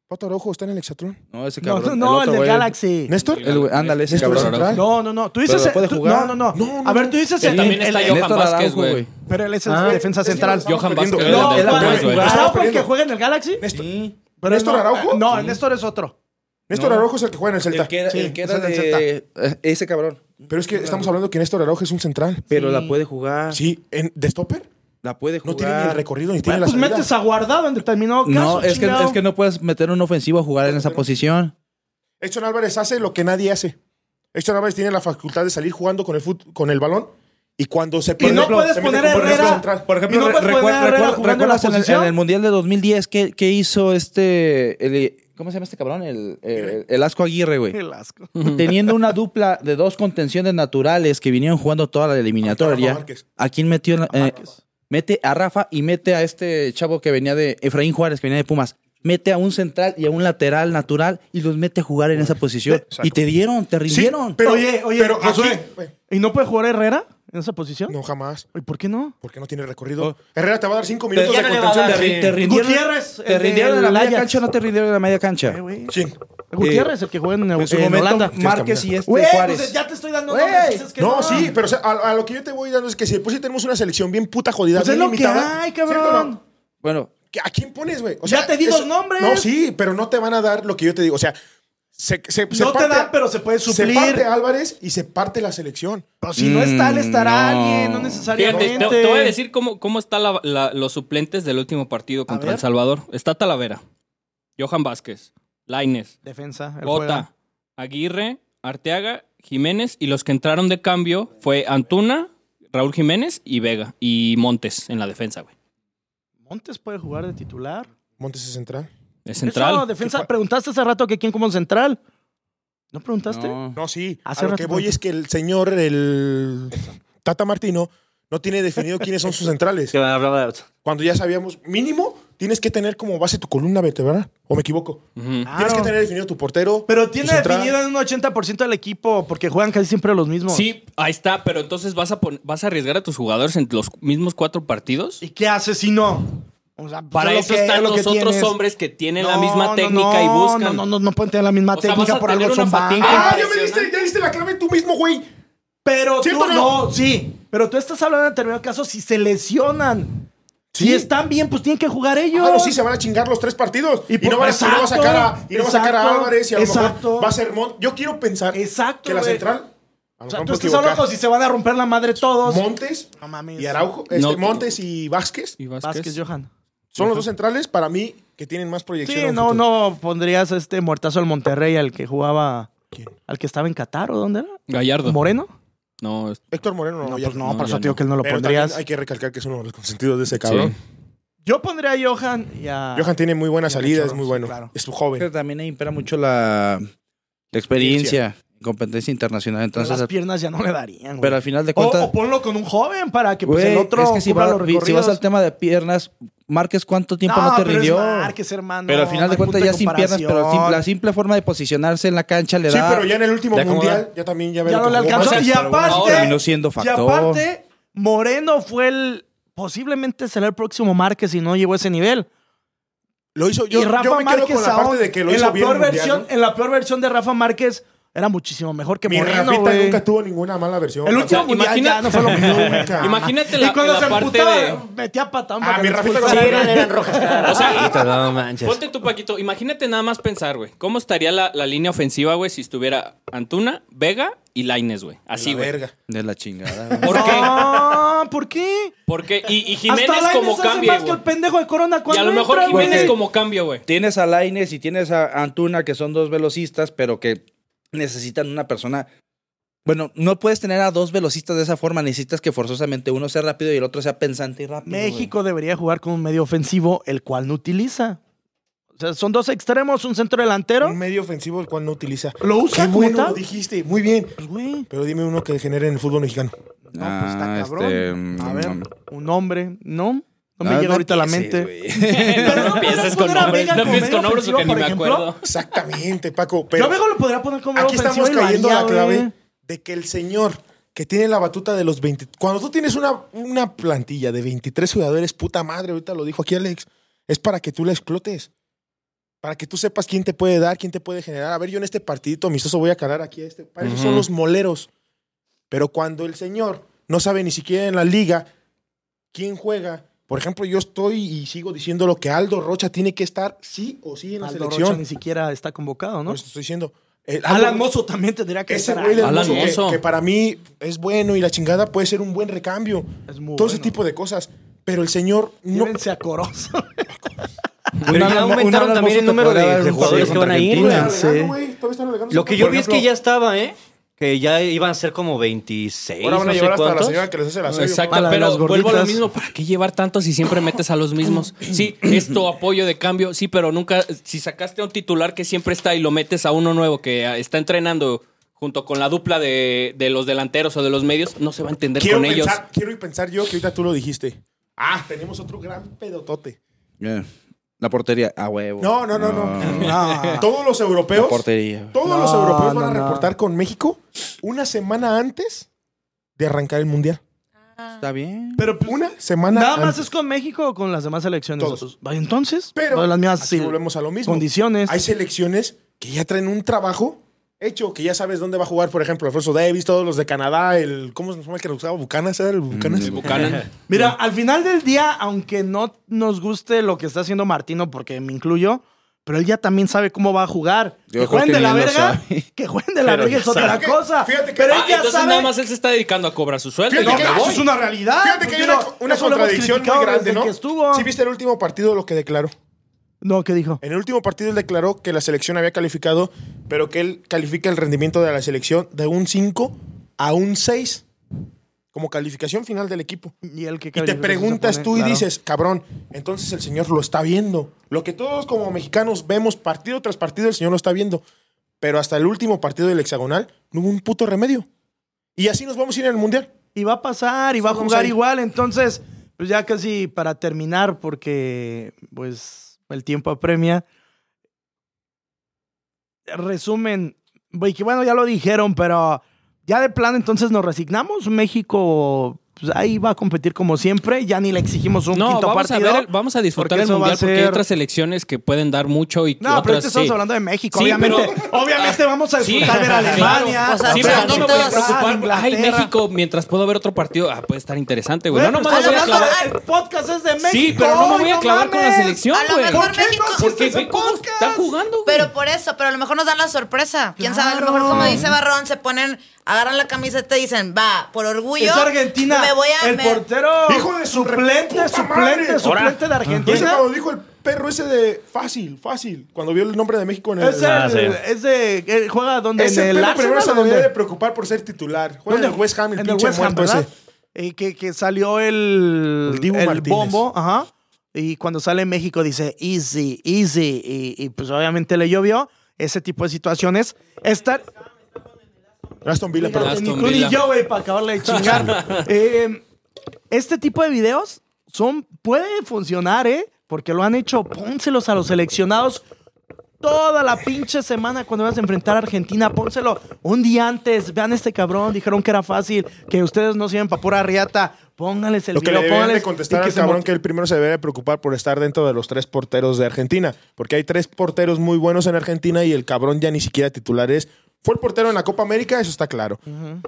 Speaker 3: ¿Pato Araujo está en el Hexatlón?
Speaker 6: No, ese
Speaker 1: No,
Speaker 6: cabrón.
Speaker 1: no, no, el,
Speaker 6: otro
Speaker 1: del
Speaker 6: güey.
Speaker 1: Galaxy.
Speaker 3: ¿Néstor?
Speaker 6: El güey, ándale, ese
Speaker 3: Néstor
Speaker 6: cabrón.
Speaker 3: Central.
Speaker 1: No, no, no. Tú
Speaker 6: Pero
Speaker 1: dices.
Speaker 6: lo puede
Speaker 1: tú-
Speaker 6: jugar.
Speaker 1: No, no,
Speaker 3: No,
Speaker 1: no,
Speaker 3: no,
Speaker 1: A ver,
Speaker 3: no.
Speaker 1: tú dices.
Speaker 5: Que
Speaker 1: el-
Speaker 5: también
Speaker 1: el-
Speaker 5: está
Speaker 1: el-
Speaker 5: Johan
Speaker 6: Néstor
Speaker 5: Vázquez,
Speaker 6: Araujo,
Speaker 5: güey.
Speaker 6: güey.
Speaker 1: Pero él es el
Speaker 6: Ah.
Speaker 1: defensa
Speaker 3: Es que
Speaker 1: central.
Speaker 3: nos estamos
Speaker 5: Johan
Speaker 3: perdiendo.
Speaker 5: Vázquez,
Speaker 1: No,
Speaker 5: el de la
Speaker 1: Juan,
Speaker 5: Pumas, güey.
Speaker 1: ¿Araujo el que
Speaker 3: perdiendo.
Speaker 1: juega en el Galaxy?
Speaker 3: Néstor,
Speaker 6: Sí.
Speaker 1: Pero
Speaker 3: ¿Néstor
Speaker 1: no,
Speaker 3: Araujo?
Speaker 1: No, el Néstor es otro.
Speaker 3: Néstor Araujo es el que juega en el Celta.
Speaker 6: El que era,
Speaker 1: Sí,
Speaker 6: el que era
Speaker 1: es el
Speaker 6: de... eh, Ese cabrón.
Speaker 3: Pero es que estamos hablando que Néstor Araujo es un central.
Speaker 6: Pero la puede jugar.
Speaker 3: Sí, en, ¿de stopper?
Speaker 6: La puede
Speaker 3: No
Speaker 6: jugar.
Speaker 3: tiene ni el recorrido ni tiene
Speaker 1: Ah. Bueno, pues
Speaker 3: la salida.
Speaker 1: metes a guardado en determinado caso.
Speaker 6: No, es que,
Speaker 1: chingado.
Speaker 6: es que no puedes meter un ofensivo a jugar en esa posición.
Speaker 3: Edson Álvarez hace lo que nadie hace. Edson Álvarez tiene la facultad de salir jugando con el, fut- con el balón y cuando se
Speaker 1: Y
Speaker 3: pierde...
Speaker 1: no puedes
Speaker 3: se mete
Speaker 1: poner a
Speaker 3: como defensa
Speaker 1: Herrera.
Speaker 3: central.
Speaker 1: Por ejemplo, y no puedes
Speaker 6: recuer-
Speaker 1: poner a Herrera
Speaker 6: recuer-
Speaker 1: jugando en la
Speaker 6: ¿recuerdas en el,
Speaker 1: posición.
Speaker 6: en el Mundial de 2010 que, que hizo este... el- ¿Cómo se llama este cabrón? El, el, el Asco Aguirre, güey.
Speaker 1: El asco.
Speaker 6: (laughs) Teniendo una dupla de dos contenciones naturales que vinieron jugando toda la
Speaker 3: Rafa
Speaker 6: eliminatoria.
Speaker 3: Márquez.
Speaker 6: ¿A quién metió? en la- eh, mete a Rafa y mete a este chavo que venía de Efraín Juárez, que venía de Pumas. Mete a un central y a un lateral natural y los mete a jugar en esa posición. Y te dieron, te
Speaker 3: Sí,
Speaker 6: rindieron.
Speaker 3: pero,
Speaker 1: Oye, oye,
Speaker 3: pero
Speaker 1: Josué.
Speaker 3: aquí- güey,
Speaker 1: ¿Y no puede jugar Herrera en esa posición?
Speaker 3: No, jamás.
Speaker 1: ¿Y por qué no?
Speaker 3: Porque no tiene recorrido.
Speaker 1: Oh.
Speaker 3: Herrera te va a dar cinco minutos
Speaker 2: ya
Speaker 3: de
Speaker 2: no le va a
Speaker 3: contención.
Speaker 2: dar.
Speaker 6: te, ri- te rindieron,
Speaker 1: Gutiérrez,
Speaker 6: te
Speaker 1: el
Speaker 6: rindieron
Speaker 1: del
Speaker 6: en la media
Speaker 1: Ajax.
Speaker 6: cancha, no te rindieron en la media
Speaker 1: Eh,
Speaker 6: cancha.
Speaker 1: güey.
Speaker 3: ¿Quién?
Speaker 1: Gutiérrez, el que juega Eh, en,
Speaker 6: En su
Speaker 1: en Holanda.
Speaker 6: momento, Márquez y este
Speaker 1: Güey,
Speaker 6: Juárez.
Speaker 1: pues ya te estoy dando
Speaker 6: Güey.
Speaker 1: nombres, dices que
Speaker 3: No, sí, pero o sea, a, a lo que yo te voy dando es que si después sí tenemos una selección bien puta jodida,
Speaker 1: Pues es
Speaker 3: bien
Speaker 1: lo que
Speaker 3: limitada.
Speaker 1: hay,
Speaker 3: ¿cierto o no?
Speaker 1: cabrón.
Speaker 6: Bueno,
Speaker 3: ¿Qué- ¿A quién pones, güey? O
Speaker 1: Ya te di
Speaker 3: eso-
Speaker 1: los nombres.
Speaker 3: No, sí, pero no te van a dar lo que yo te digo. O sea, se, se- se
Speaker 1: No te dan, pero Pues se puede suplir.
Speaker 3: Se parte Álvarez y se parte la selección. Mm.
Speaker 1: Pero si no está, él estará
Speaker 6: Mm, no.
Speaker 1: alguien, no
Speaker 5: Fíjate,
Speaker 1: necesariamente.
Speaker 5: te, te voy a decir cómo, cómo están los suplentes del último partido contra
Speaker 1: ver.
Speaker 5: El Salvador. Está Talavera, Johan Vázquez, Laines,
Speaker 1: Defensa, él juega.
Speaker 5: Gota, Aguirre, Arteaga, Jiménez y los que entraron de cambio fue Antuna, Raúl Jiménez y Vega y Montes en la defensa, güey.
Speaker 1: Montes puede jugar de titular.
Speaker 3: Montes es central.
Speaker 5: De central.
Speaker 1: Eso, defensa. Preguntaste hace rato que quién como central. ¿No preguntaste?
Speaker 6: no.
Speaker 3: No, sí. A
Speaker 1: Hace
Speaker 3: lo
Speaker 1: rato
Speaker 3: que
Speaker 1: te
Speaker 3: voy
Speaker 1: pregunté.
Speaker 3: es que el señor, el Tata Martino, no tiene definido quiénes son sus centrales.
Speaker 1: (laughs)
Speaker 2: Que hablaba de-
Speaker 3: Cuando ya sabíamos, mínimo, tienes que tener como base tu columna vertebral. ¿O me equivoco?
Speaker 5: Ujú.
Speaker 1: Claro.
Speaker 3: Tienes que tener definido tu portero.
Speaker 1: Pero
Speaker 3: tu
Speaker 1: tiene
Speaker 3: central.
Speaker 1: definido en un 80% del equipo porque juegan casi siempre los mismos.
Speaker 5: Sí, ahí está, pero entonces vas a pon- vas a arriesgar a tus jugadores en los mismos cuatro partidos.
Speaker 1: ¿Y qué hace si no? O sea, pues,
Speaker 5: Para
Speaker 1: es lo
Speaker 5: eso
Speaker 1: que- es
Speaker 5: están
Speaker 1: lo que
Speaker 5: los otros
Speaker 1: tienes.
Speaker 5: hombres que tienen la
Speaker 1: No,
Speaker 5: misma
Speaker 1: no,
Speaker 5: técnica y
Speaker 1: no,
Speaker 5: buscan.
Speaker 1: No, no, no, no pueden tener la misma
Speaker 5: O sea,
Speaker 1: técnica
Speaker 5: vas a
Speaker 1: por algo
Speaker 5: tener
Speaker 1: son
Speaker 5: una
Speaker 1: bancos.
Speaker 5: fatídica-
Speaker 3: ¡Ah, ya me diste, ya diste la clave tú mismo, güey!
Speaker 1: Pero tú
Speaker 3: ¿Cierto o no?
Speaker 1: no, sí. Pero tú estás hablando en determinado caso si se lesionan. Si están bien, pues tienen que jugar ellos.
Speaker 3: Ah, no, sí, se van a chingar los tres partidos. Y,
Speaker 1: Y por-
Speaker 3: no, van a, y no va a sacar a, y no va a sacar a
Speaker 1: exacto,
Speaker 3: Álvarez y a lo
Speaker 1: exacto.
Speaker 3: mejor va a ser Mont. Yo quiero pensar
Speaker 1: Exacto,
Speaker 3: que la
Speaker 1: güey.
Speaker 3: central. a lo
Speaker 1: O sea,
Speaker 3: mejor
Speaker 1: tú
Speaker 3: me
Speaker 1: estás
Speaker 3: puedo
Speaker 1: hablando
Speaker 3: equivocar,
Speaker 1: si se van a romper la madre todos.
Speaker 3: Montes
Speaker 1: No mames.
Speaker 3: y Araujo. este,
Speaker 5: No, tú-
Speaker 3: Montes y Vázquez
Speaker 5: Y Vázquez.
Speaker 1: Vázquez, Johan.
Speaker 3: son los dos centrales para mí que tienen más proyección. a
Speaker 1: Sí,
Speaker 3: un
Speaker 1: no,
Speaker 3: futuro.
Speaker 1: no pondrías este muertazo al Monterrey al que jugaba. Al que estaba en Qatar o dónde era?
Speaker 5: Gallardo.
Speaker 1: ¿Moreno?
Speaker 5: No, es-
Speaker 3: Héctor Moreno no.
Speaker 1: No,
Speaker 3: ya-
Speaker 1: pues no,
Speaker 5: no,
Speaker 1: por
Speaker 5: ya
Speaker 1: eso te
Speaker 5: no.
Speaker 1: digo que él no lo
Speaker 3: Pero también
Speaker 1: pondrías.
Speaker 3: hay que recalcar que es uno de los consentidos de ese cabrón.
Speaker 1: Yo pondría a Johan y a.
Speaker 3: Johan tiene muy buena
Speaker 1: Ya,
Speaker 3: salida,
Speaker 1: cachorro,
Speaker 3: es muy
Speaker 1: sí,
Speaker 3: bueno.
Speaker 1: claro.
Speaker 3: Es
Speaker 6: Creo
Speaker 3: joven.
Speaker 6: que también ahí impera mucho la, la experiencia, competencia internacional.
Speaker 1: Pero
Speaker 6: Entonces,
Speaker 1: las piernas ya no le darían. güey.
Speaker 6: pero al final de
Speaker 1: o,
Speaker 6: cuentas.
Speaker 1: o ponlo con un joven para que pues,
Speaker 6: Güey,
Speaker 1: el otro
Speaker 6: es que si,
Speaker 1: cubra
Speaker 6: va-
Speaker 1: los
Speaker 6: vi- si
Speaker 1: recorridos.
Speaker 6: vas al tema de piernas, marques cuánto tiempo no,
Speaker 1: No,
Speaker 6: te
Speaker 1: pero es
Speaker 6: rindió.
Speaker 1: Márquez, hermano,
Speaker 6: pero al final
Speaker 1: no
Speaker 6: de
Speaker 1: hay
Speaker 6: cuentas
Speaker 1: punto de
Speaker 6: ya sin piernas, pero sim-
Speaker 1: comparación.
Speaker 6: la simple forma de posicionarse en la cancha le
Speaker 3: Sí,
Speaker 6: da...
Speaker 3: pero ya en el último
Speaker 2: ¿Le acomoda?
Speaker 3: mundial, ya también ya ve
Speaker 1: Ya
Speaker 3: lo
Speaker 1: no
Speaker 3: que
Speaker 1: le
Speaker 3: jugó.
Speaker 1: alcanzó.
Speaker 5: O sea,
Speaker 1: y
Speaker 5: pero bueno,
Speaker 1: aparte.
Speaker 5: ahora
Speaker 6: terminó siendo
Speaker 1: Y
Speaker 6: factor.
Speaker 1: aparte, Moreno fue el. Posiblemente será el próximo Márquez y no llegó a ese nivel.
Speaker 3: Lo hizo yo,
Speaker 1: y Rafa
Speaker 3: yo me quedo
Speaker 1: Márquez
Speaker 3: con la
Speaker 1: aún,
Speaker 3: parte de que lo
Speaker 1: en
Speaker 3: hizo
Speaker 1: la
Speaker 3: bien
Speaker 1: peor
Speaker 3: el mundial,
Speaker 1: versión,
Speaker 3: ¿no?
Speaker 1: en la peor versión de Rafa Márquez era muchísimo mejor que
Speaker 3: Mi
Speaker 1: Moreno,
Speaker 3: Rafita
Speaker 1: güey.
Speaker 3: nunca tuvo ninguna mala versión.
Speaker 1: El
Speaker 3: la
Speaker 1: último
Speaker 5: O sea,
Speaker 1: mundial
Speaker 5: imagina-
Speaker 1: ya no fue lo mismo, güey.
Speaker 3: Nunca.
Speaker 5: Imagínate
Speaker 1: Y
Speaker 5: la,
Speaker 1: cuando
Speaker 5: la
Speaker 1: se
Speaker 5: parte
Speaker 1: emputaba,
Speaker 5: de...
Speaker 1: metía patán.
Speaker 3: Ah,
Speaker 1: para que
Speaker 3: mi
Speaker 1: lo
Speaker 3: Rafita
Speaker 1: expulsaran.
Speaker 3: González.
Speaker 5: O sea,
Speaker 2: Puta, no manches.
Speaker 5: Ponte tú, Paquito. Imagínate nada más pensar, güey. ¿Cómo estaría la, la línea ofensiva, güey, si estuviera Antuna, Vega y Laines, güey? Así,
Speaker 3: La
Speaker 5: güey.
Speaker 3: verga.
Speaker 6: De la chingada. güey. (laughs)
Speaker 5: ¿Por qué?
Speaker 1: No, ¿por qué?
Speaker 5: Porque, y, y Jiménez
Speaker 1: Hasta Lainez
Speaker 5: como
Speaker 1: hace
Speaker 5: cambio,
Speaker 1: más que
Speaker 5: güey.
Speaker 1: el pendejo de Corona
Speaker 5: Y
Speaker 1: cuando
Speaker 5: a lo mejor
Speaker 1: entra,
Speaker 5: Jiménez
Speaker 1: güey.
Speaker 5: como cambio, güey.
Speaker 6: tienes a Laines y tienes a Antuna, que son dos velocistas, pero que necesitan una persona... Bueno, no puedes tener a dos velocistas de esa forma. Necesitas que forzosamente uno sea rápido y el otro sea pensante y rápido. güey.
Speaker 1: México debería jugar con un medio ofensivo, el cual no utiliza. O sea, son dos extremos, un centro delantero.
Speaker 3: Un medio ofensivo el cual no utiliza.
Speaker 1: ¿Lo usa
Speaker 3: Qué
Speaker 1: como
Speaker 3: bueno,
Speaker 1: tal?
Speaker 3: lo dijiste. Muy bien.
Speaker 1: Pues, güey,
Speaker 3: Pero dime uno que genere en el fútbol mexicano.
Speaker 1: no, pues está
Speaker 6: Ah,
Speaker 1: cabrón.
Speaker 6: este,
Speaker 1: a
Speaker 6: mm,
Speaker 1: ver,
Speaker 6: mm.
Speaker 1: un hombre, ¿no. No me
Speaker 6: Ah,
Speaker 1: llega ahorita a la mente.
Speaker 6: empieces, güey.
Speaker 1: Pero
Speaker 5: (laughs) No
Speaker 1: podrías
Speaker 5: pienses con
Speaker 1: poner a
Speaker 5: nombres.
Speaker 1: Vega como
Speaker 5: No pienses
Speaker 1: medio
Speaker 5: con nombres porque ni
Speaker 1: ofensivo,
Speaker 5: me
Speaker 1: por ejemplo.
Speaker 5: acuerdo.
Speaker 3: Exactamente, Paco. Pero
Speaker 1: Yo a Vega lo podría poner como medio
Speaker 3: aquí
Speaker 1: ofensivo
Speaker 3: estamos
Speaker 1: y lo
Speaker 3: cayendo
Speaker 1: haría,
Speaker 3: la clave
Speaker 1: güey.
Speaker 3: de que el señor que tiene la batuta de los 20... Cuando tú tienes una, una plantilla de 23 jugadores, puta madre, ahorita lo dijo aquí Alex, es para que tú la explotes. Para que tú sepas quién te puede dar, quién te puede generar. A ver, yo en este partidito amistoso voy a cargar aquí a este. Para eso son
Speaker 5: Ujú.
Speaker 3: los moleros. Pero cuando el señor no sabe ni siquiera en la liga quién juega... Por ejemplo, yo estoy y sigo diciendo lo que Aldo Rocha tiene que estar sí o sí en la
Speaker 1: Aldo
Speaker 3: selección.
Speaker 1: Rocha ni siquiera está convocado, ¿no?
Speaker 3: Por eso estoy diciendo. eh,
Speaker 1: Pues, Alan
Speaker 3: Aldo-
Speaker 1: Mozo también tendría que
Speaker 3: ese
Speaker 1: estar
Speaker 3: güey del
Speaker 5: Alan
Speaker 3: Mozo que-
Speaker 5: Mozo.
Speaker 3: que, para mí es bueno y la chingada puede ser un buen recambio.
Speaker 1: Es muy
Speaker 3: Todo ese
Speaker 1: bueno.
Speaker 3: tipo de cosas. Pero el señor no.
Speaker 1: Llévense a Corozo.
Speaker 2: Pero ya aumentaron también el número de, de jugadores que van a ir, güey.
Speaker 3: Está navegando,
Speaker 1: sí.
Speaker 3: güey, todavía está navegando.
Speaker 2: Lo que yo
Speaker 3: Por
Speaker 2: vi es que
Speaker 3: ejemplo,
Speaker 2: ya estaba, ¿eh? Que ya iban a ser como 26,
Speaker 3: Ahora van
Speaker 2: no
Speaker 3: a
Speaker 2: sé
Speaker 3: llevar hasta la
Speaker 2: cuántos.
Speaker 3: señora que les hace la
Speaker 5: Exacto,
Speaker 1: A la de
Speaker 5: pero
Speaker 1: las
Speaker 5: vuelvo a lo
Speaker 1: gorditas.
Speaker 5: mismo. ¿Para qué llevar tantos si siempre metes a los (clears throat) mismos? Sí, esto apoyo de cambio, sí, pero nunca. Si sacaste a un titular que siempre está y lo metes a uno nuevo que ah, está entrenando junto con la dupla de, de los delanteros o de los medios, no se va a entender
Speaker 3: Quiero
Speaker 5: con ellos.
Speaker 3: pensar, quiero y pensar yo que ahorita tú lo dijiste. Ah, tenemos otro gran pedotote.
Speaker 6: Bien. Eh, La portería, a huevo.
Speaker 3: No, no, no, no.
Speaker 1: No.
Speaker 3: Todos los
Speaker 6: La
Speaker 3: europeos.
Speaker 6: portería.
Speaker 3: Todos los
Speaker 1: No,
Speaker 3: europeos van
Speaker 1: no,
Speaker 3: a
Speaker 1: no.
Speaker 3: reportar con México una semana antes de arrancar el mundial.
Speaker 6: Está bien.
Speaker 1: Pero pues,
Speaker 3: Una semana
Speaker 1: nada más
Speaker 3: antes.
Speaker 1: es con México o con las demás selecciones.
Speaker 3: Todos.
Speaker 1: Vaya, Entonces,
Speaker 3: Pero
Speaker 1: todas las mismas
Speaker 3: aquí
Speaker 1: sí,
Speaker 3: volvemos a lo mismo.
Speaker 1: condiciones.
Speaker 3: Hay selecciones que ya traen un trabajo hecho, que ya sabes dónde va a jugar, por ejemplo, Alfonso Davis, todos los de Canadá, el ¿cómo se llama el que usaba Bucanas? ¿Era el
Speaker 1: Mm,
Speaker 3: Bucanas?
Speaker 5: El Buchanan.
Speaker 1: Mira, al final del día, aunque no nos guste lo que está haciendo Martino, porque me incluyo, pero él ya también sabe cómo va a jugar.
Speaker 6: Yo
Speaker 1: que
Speaker 6: creo
Speaker 1: jueguen
Speaker 6: que
Speaker 1: de la
Speaker 6: ni él lo
Speaker 1: verga,
Speaker 6: sabe.
Speaker 1: (laughs) que jueguen de la
Speaker 2: Pero
Speaker 1: verga
Speaker 2: ya
Speaker 1: es otra
Speaker 2: sabe.
Speaker 3: Fíjate que-
Speaker 1: cosa.
Speaker 3: fíjate que-
Speaker 1: pero él
Speaker 5: Ah,
Speaker 1: ya
Speaker 5: entonces
Speaker 1: sabe.
Speaker 5: nada más él se está dedicando a cobrar su sueldo.
Speaker 3: Fíjate
Speaker 5: y
Speaker 1: No,
Speaker 5: ya
Speaker 3: que-
Speaker 5: me
Speaker 1: eso
Speaker 5: voy.
Speaker 1: es una realidad.
Speaker 3: Fíjate que hay
Speaker 1: porque
Speaker 3: una,
Speaker 1: no-
Speaker 3: una
Speaker 1: eso lo hemos
Speaker 3: contradicción muy
Speaker 1: criticado
Speaker 3: grande,
Speaker 1: desde
Speaker 3: ¿no?
Speaker 1: Que estuvo.
Speaker 3: ¿Sí viste el último partido lo que declaró?
Speaker 1: No, ¿qué dijo?
Speaker 3: En el último partido él declaró que la selección había calificado, pero que él califica el rendimiento de la selección de un 5 a un 6 como calificación final del equipo.
Speaker 1: Y, él que
Speaker 3: Y te preguntas tú y dices, cabrón, entonces el Señor lo está viendo. Lo que todos como mexicanos vemos partido tras partido, el Señor lo está viendo. Pero hasta el último partido del hexagonal no hubo un puto remedio. Y así nos vamos a ir al Mundial.
Speaker 1: Y va a pasar y va a
Speaker 3: vamos
Speaker 1: jugar
Speaker 3: ahí.
Speaker 1: igual. Entonces, pues ya casi para terminar, porque pues el tiempo apremia. Resumen, güey, que bueno, ya lo dijeron, pero ya de plan entonces nos resignamos. México pues, ahí va a competir como siempre. Ya ni le exigimos un
Speaker 5: No,
Speaker 1: quinto
Speaker 5: vamos
Speaker 1: partido.
Speaker 5: a ver, el- vamos a disfrutar
Speaker 1: porque
Speaker 5: el
Speaker 1: eso va
Speaker 5: mundial
Speaker 1: a
Speaker 5: porque hay
Speaker 1: ser-
Speaker 5: otras selecciones que pueden dar mucho y que
Speaker 1: No, pero
Speaker 5: otras
Speaker 1: este estamos
Speaker 5: sí.
Speaker 1: hablando de México,
Speaker 5: Sí,
Speaker 1: obviamente.
Speaker 5: pero-
Speaker 1: Obviamente vamos a
Speaker 5: Sí,
Speaker 1: disfrutar ver a
Speaker 5: claro.
Speaker 1: Alemania.
Speaker 4: O sea,
Speaker 5: sí,
Speaker 4: pero
Speaker 5: pero no me voy a
Speaker 4: Francia,
Speaker 5: preocupar. Ay,
Speaker 1: Inglaterra.
Speaker 5: México, mientras puedo ver otro partido, ah, puede estar interesante, güey. pues,
Speaker 1: Güey,
Speaker 5: No, no me
Speaker 1: pero
Speaker 5: voy a
Speaker 1: estás
Speaker 5: clavar.
Speaker 1: hablando- El podcast es de México.
Speaker 5: Sí, pero no me voy a
Speaker 1: ¡Ay,
Speaker 5: clavar con la
Speaker 1: mames!
Speaker 5: selección,
Speaker 4: A lo
Speaker 5: güey.
Speaker 4: mejor
Speaker 1: ¿Por qué no
Speaker 4: México-
Speaker 1: hiciste
Speaker 5: Porque
Speaker 1: ese
Speaker 5: ve cómo
Speaker 1: podcast?
Speaker 5: están jugando, güey.
Speaker 4: Pero por eso, pero a lo mejor nos dan la sorpresa. ¿Quién sabe? A lo mejor,
Speaker 1: Claro.
Speaker 4: como dice Barrón, se ponen, agarran la camiseta y dicen, va, por orgullo.
Speaker 1: Es Argentina.
Speaker 4: Me voy a.
Speaker 1: el
Speaker 4: me-
Speaker 1: portero.
Speaker 3: Hijo de su
Speaker 1: suplente,
Speaker 3: reputa
Speaker 1: suplente,
Speaker 3: madre.
Speaker 1: suplente de
Speaker 3: Y eso
Speaker 1: Argentina.
Speaker 3: cuando dijo el perro ese de fácil, fácil, cuando vio el nombre de México en el...
Speaker 1: Es
Speaker 2: Ah,
Speaker 1: el,
Speaker 2: sí.
Speaker 1: es de- eh, juega donde
Speaker 3: ese
Speaker 1: en el
Speaker 3: perro primero
Speaker 1: Arsenal.
Speaker 3: se
Speaker 1: ¿o dónde?
Speaker 3: debería de preocupar por ser titular. Juega en el West Ham, el
Speaker 1: En
Speaker 3: pinche muerto
Speaker 1: ¿verdad?
Speaker 3: ese.
Speaker 1: Eh, que, que salió el,
Speaker 3: El Dibu Martínez.
Speaker 1: bombo, ajá. Y cuando sale en México dice easy, easy. Y, y, pues obviamente le llovió. Ese tipo de situaciones. Estar.
Speaker 3: Aston Villa,
Speaker 1: Mira,
Speaker 3: perdón.
Speaker 5: Aston
Speaker 1: ni tú ni
Speaker 5: Villa.
Speaker 1: yo, güey, para acabarle de chingar. Eh, este tipo de videos son, puede funcionar, ¿eh? Porque lo han hecho, pónselos a los seleccionados toda la pinche semana cuando vas a enfrentar a Argentina. Pónselo un día antes. Vean este cabrón, dijeron que era fácil, que ustedes no sirven para pura riata. Pónganles el
Speaker 3: Lo que le
Speaker 1: video,
Speaker 3: deben de
Speaker 1: pónganles.
Speaker 3: contestar
Speaker 1: y que
Speaker 3: al
Speaker 1: se
Speaker 3: cabrón
Speaker 1: mot-
Speaker 3: que el primero se debe de preocupar por estar dentro de los tres porteros de Argentina. Porque hay tres porteros muy buenos en Argentina y el cabrón ya ni siquiera titular es. Fue el portero en la Copa América, eso está claro.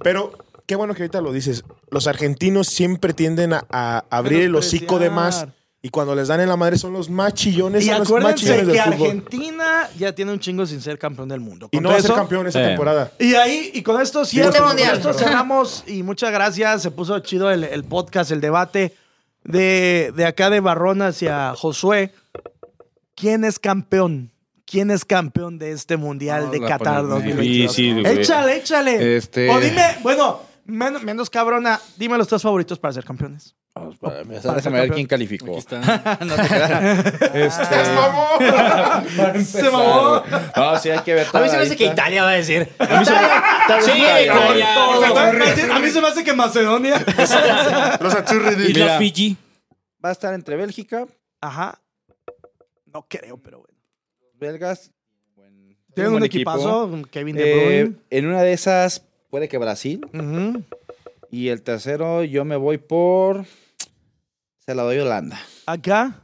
Speaker 3: Pero qué bueno que ahorita lo dices. Los argentinos siempre tienden a, a abrir el hocico de más.
Speaker 1: Menospreciar.
Speaker 3: Y cuando les dan en la madre son los más chillones.
Speaker 1: Y
Speaker 3: son los más
Speaker 1: acuérdense
Speaker 3: chillones
Speaker 1: que
Speaker 3: del fútbol.
Speaker 1: Argentina ya tiene un chingo sin ser campeón del mundo.
Speaker 3: Y
Speaker 1: Con
Speaker 3: no
Speaker 1: todo
Speaker 3: va a ser
Speaker 1: eso-
Speaker 3: campeón esta
Speaker 2: Sí.
Speaker 3: temporada.
Speaker 1: Y ahí, y con esto
Speaker 3: Digo,
Speaker 1: cierro,
Speaker 4: este
Speaker 1: con
Speaker 4: mundial.
Speaker 1: esto cerramos y muchas gracias, se puso chido el, el podcast, el debate de, de acá de Barrón hacia Josué. ¿Quién es campeón? ¿Quién es campeón de este mundial
Speaker 6: No,
Speaker 1: de
Speaker 6: la
Speaker 1: Qatar
Speaker 6: ponen muy
Speaker 1: 2022?
Speaker 7: difícil, güey.
Speaker 1: échale, échale.
Speaker 6: Este-
Speaker 1: O dime, bueno, men- menos cabrona, dime los tres favoritos para ser campeones.
Speaker 6: Déjame ver quién calificó.
Speaker 5: Aquí está.
Speaker 6: (laughs) No te creas.
Speaker 3: ¡Es mamón!
Speaker 6: pues,
Speaker 1: Se mamó.
Speaker 6: No, sí, hay que ver.
Speaker 2: A mí se me hace que Italia va a
Speaker 3: (laughs)
Speaker 2: decir. Sí, con
Speaker 5: Italia.
Speaker 2: todo. (laughs)
Speaker 1: A mí se me hace que Macedonia.
Speaker 3: Los achurridis.
Speaker 5: Y los Fiji.
Speaker 6: Va a estar entre Bélgica,
Speaker 1: Ajá. No creo, pero bueno.
Speaker 6: belgas. buen-
Speaker 1: Tienen
Speaker 6: buen
Speaker 1: un
Speaker 6: equipo.
Speaker 1: equipazo, Kevin De Bruyne.
Speaker 6: Eh, en una de esas puede que Brasil.
Speaker 1: Ujú.
Speaker 6: Y el tercero yo me voy por... Se la doy a Holanda.
Speaker 1: Acá.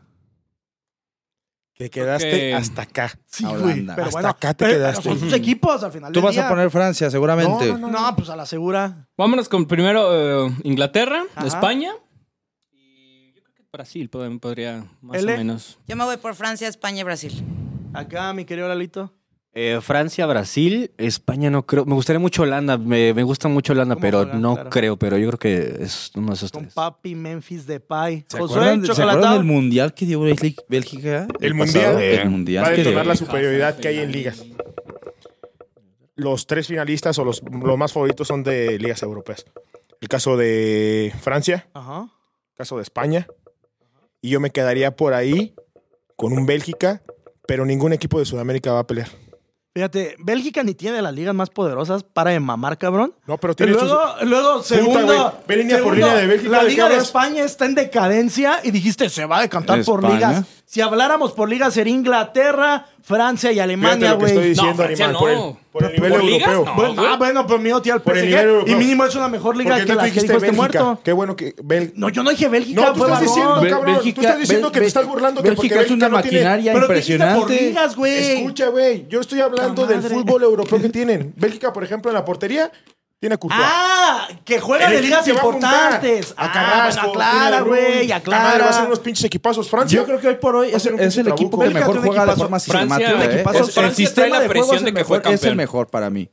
Speaker 3: Te quedaste
Speaker 5: Ok.
Speaker 3: hasta acá.
Speaker 1: Sí,
Speaker 6: A
Speaker 1: güey.
Speaker 6: Holanda.
Speaker 1: Pero
Speaker 3: Hasta
Speaker 1: bueno,
Speaker 3: acá te
Speaker 1: pero-
Speaker 3: quedaste.
Speaker 1: pero son sus equipos al final.
Speaker 6: Tú
Speaker 1: del
Speaker 6: vas
Speaker 1: día.
Speaker 6: a poner Francia, seguramente.
Speaker 3: No, no,
Speaker 1: No, pues a la segura.
Speaker 5: Vámonos con primero eh, Inglaterra,
Speaker 1: Ajá.
Speaker 5: España. Y yo creo que Brasil pod- podría más
Speaker 1: L.
Speaker 5: o menos.
Speaker 4: Yo me voy por Francia, España y Brasil.
Speaker 1: Acá, mi querido Lalito.
Speaker 2: Eh, Francia, Brasil, España no creo. Me gustaría mucho Holanda. Me, me gusta mucho Holanda,
Speaker 1: ¿Cómo
Speaker 2: pero
Speaker 1: juegan?
Speaker 2: no
Speaker 1: Claro.
Speaker 2: creo. Pero yo creo que es uno de esos
Speaker 1: Con
Speaker 2: tres.
Speaker 1: Papi, Memphis Depay.
Speaker 6: ¿Se
Speaker 1: Josué,
Speaker 6: acuerdan, ¿Se acuerdan
Speaker 1: Chocolatado.
Speaker 6: del mundial que dio Bélgica- Bélgica?
Speaker 3: El
Speaker 6: pasado?
Speaker 3: mundial.
Speaker 6: El mundial.
Speaker 3: Va a
Speaker 6: que dio
Speaker 3: detonar la
Speaker 6: Bélgica.
Speaker 3: superioridad que hay en ligas. Los tres finalistas o los, los más favoritos son de ligas europeas. El caso de Francia,
Speaker 1: Ajá.
Speaker 3: el caso de España. Y yo me quedaría por ahí con un Bélgica, pero ningún equipo de Sudamérica va a pelear.
Speaker 1: Fíjate, Bélgica ni tiene de las ligas más poderosas para de mamar, cabrón.
Speaker 3: No, pero tiene
Speaker 1: luego, luego, segundo,
Speaker 3: güey, ve línea por
Speaker 1: segundo,
Speaker 3: línea de Bélgica,
Speaker 1: La
Speaker 3: ¿de
Speaker 1: Liga
Speaker 3: qué
Speaker 1: de
Speaker 3: hablas?
Speaker 1: España está en decadencia y dijiste, se va a decantar por
Speaker 6: España.
Speaker 1: ligas. Si habláramos por ligas, sería Inglaterra, Francia y
Speaker 3: Fíjate
Speaker 1: Alemania,
Speaker 3: lo que estoy
Speaker 1: güey.
Speaker 3: diciendo,
Speaker 5: Francia
Speaker 3: animal,
Speaker 5: no.
Speaker 3: por el, por el
Speaker 5: ¿Por
Speaker 3: nivel
Speaker 5: ligas?
Speaker 3: europeo.
Speaker 5: No.
Speaker 1: Bueno,
Speaker 5: güey.
Speaker 1: ah, bueno, pero mío tío al
Speaker 3: Por el
Speaker 1: PSG.
Speaker 3: nivel
Speaker 1: y
Speaker 3: europeo.
Speaker 1: mínimo es una mejor liga
Speaker 3: Porque
Speaker 1: que
Speaker 3: tú
Speaker 1: la que
Speaker 3: dijiste
Speaker 1: dijo este
Speaker 3: Bélgica.
Speaker 1: muerto.
Speaker 3: Qué bueno que... Bel-
Speaker 1: No, yo no dije Bélgica,
Speaker 3: No, tú
Speaker 1: fue
Speaker 3: estás
Speaker 1: varón.
Speaker 3: diciendo,
Speaker 6: Bel-
Speaker 3: cabrón. tú estás diciendo que te estás burlando que porque
Speaker 6: Bélgica es una
Speaker 3: no tiene-
Speaker 6: maquinaria
Speaker 1: Pero tú dijiste por
Speaker 6: impresionante.
Speaker 1: ligas, güey.
Speaker 3: Escucha, güey. Yo estoy hablando
Speaker 1: Puta
Speaker 3: del
Speaker 1: madre.
Speaker 3: fútbol europeo que tienen. Bélgica, por ejemplo, en la portería tiene a Courtois.
Speaker 1: Ah, que juega
Speaker 3: El
Speaker 1: de
Speaker 3: equipo
Speaker 1: ligas
Speaker 3: que va a apuntar
Speaker 1: importantes.
Speaker 3: A
Speaker 1: ah,
Speaker 3: Carrasco,
Speaker 1: bueno, aclara,
Speaker 3: tiene a Bruyne.
Speaker 1: güey,
Speaker 3: La madre Va a ser
Speaker 1: aclara.
Speaker 3: unos pinches equipazos. Francia.
Speaker 1: Yo creo que hoy por hoy
Speaker 3: Va a
Speaker 1: es
Speaker 3: ser un
Speaker 1: el
Speaker 6: Es el
Speaker 3: Trabuco.
Speaker 6: equipo que
Speaker 1: Bélgica
Speaker 6: mejor
Speaker 1: tiene un
Speaker 6: juega de
Speaker 1: equipazo.
Speaker 6: forma
Speaker 5: Francia,
Speaker 6: sistemática.
Speaker 5: un
Speaker 6: ¿eh?
Speaker 1: equipazo.
Speaker 6: Es- El
Speaker 1: Francia
Speaker 6: sistema
Speaker 5: trae
Speaker 6: de
Speaker 5: la
Speaker 6: juego es
Speaker 5: presión
Speaker 6: el
Speaker 5: de que fue
Speaker 6: mejor- es el
Speaker 5: campeón.
Speaker 6: mejor para mí.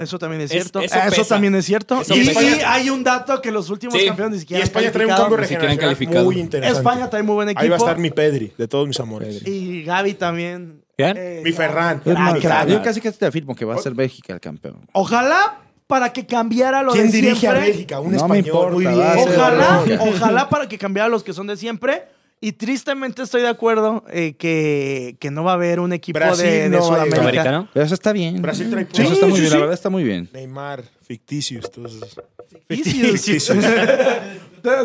Speaker 1: Eso también es
Speaker 5: Es-
Speaker 1: cierto.
Speaker 5: eso
Speaker 1: Ah, Eso,
Speaker 5: pesa.
Speaker 1: también es cierto.
Speaker 5: Eso
Speaker 1: y
Speaker 5: pesa.
Speaker 1: sí, hay un dato que los últimos
Speaker 5: Sí.
Speaker 1: campeones ni
Speaker 3: Y
Speaker 1: siquiera han
Speaker 3: España trae un cambio
Speaker 1: calificado.
Speaker 5: Ni siquiera han
Speaker 3: regeneracional
Speaker 5: calificado.
Speaker 3: muy interesante.
Speaker 1: España trae muy buen equipo.
Speaker 3: Ahí va a estar mi Pedri, de todos mis amores.
Speaker 1: Y Gaby también.
Speaker 2: ¿Quién?
Speaker 1: Eh,
Speaker 3: Mi Ferran.
Speaker 6: Es más,
Speaker 1: crack.
Speaker 6: yo casi que te afirmo que va a ser Bélgica el campeón.
Speaker 1: Ojalá para que cambiara lo
Speaker 3: ¿Quién
Speaker 1: de
Speaker 3: dirige a
Speaker 1: siempre.
Speaker 3: Bélgica? Un
Speaker 6: No me
Speaker 3: español.
Speaker 6: importa,
Speaker 3: muy
Speaker 6: va a
Speaker 3: bien.
Speaker 6: ser
Speaker 1: Ojalá,
Speaker 6: Bélgica.
Speaker 1: (laughs) ojalá para que cambiara los que son de siempre. Y tristemente estoy de acuerdo eh, que, que no va a haber un equipo de-
Speaker 3: Brasil
Speaker 1: de,
Speaker 3: no eh, es-
Speaker 1: Sudamérica.
Speaker 2: ¿Americano?
Speaker 6: Pero eso está bien.
Speaker 3: Brasil trae
Speaker 6: Eso
Speaker 3: puntos.
Speaker 6: está muy
Speaker 1: Sí,
Speaker 6: bien,
Speaker 1: sí,
Speaker 6: la
Speaker 1: sí.
Speaker 6: verdad está muy bien.
Speaker 3: Neymar, ficticio. Entonces,
Speaker 1: Ficticios.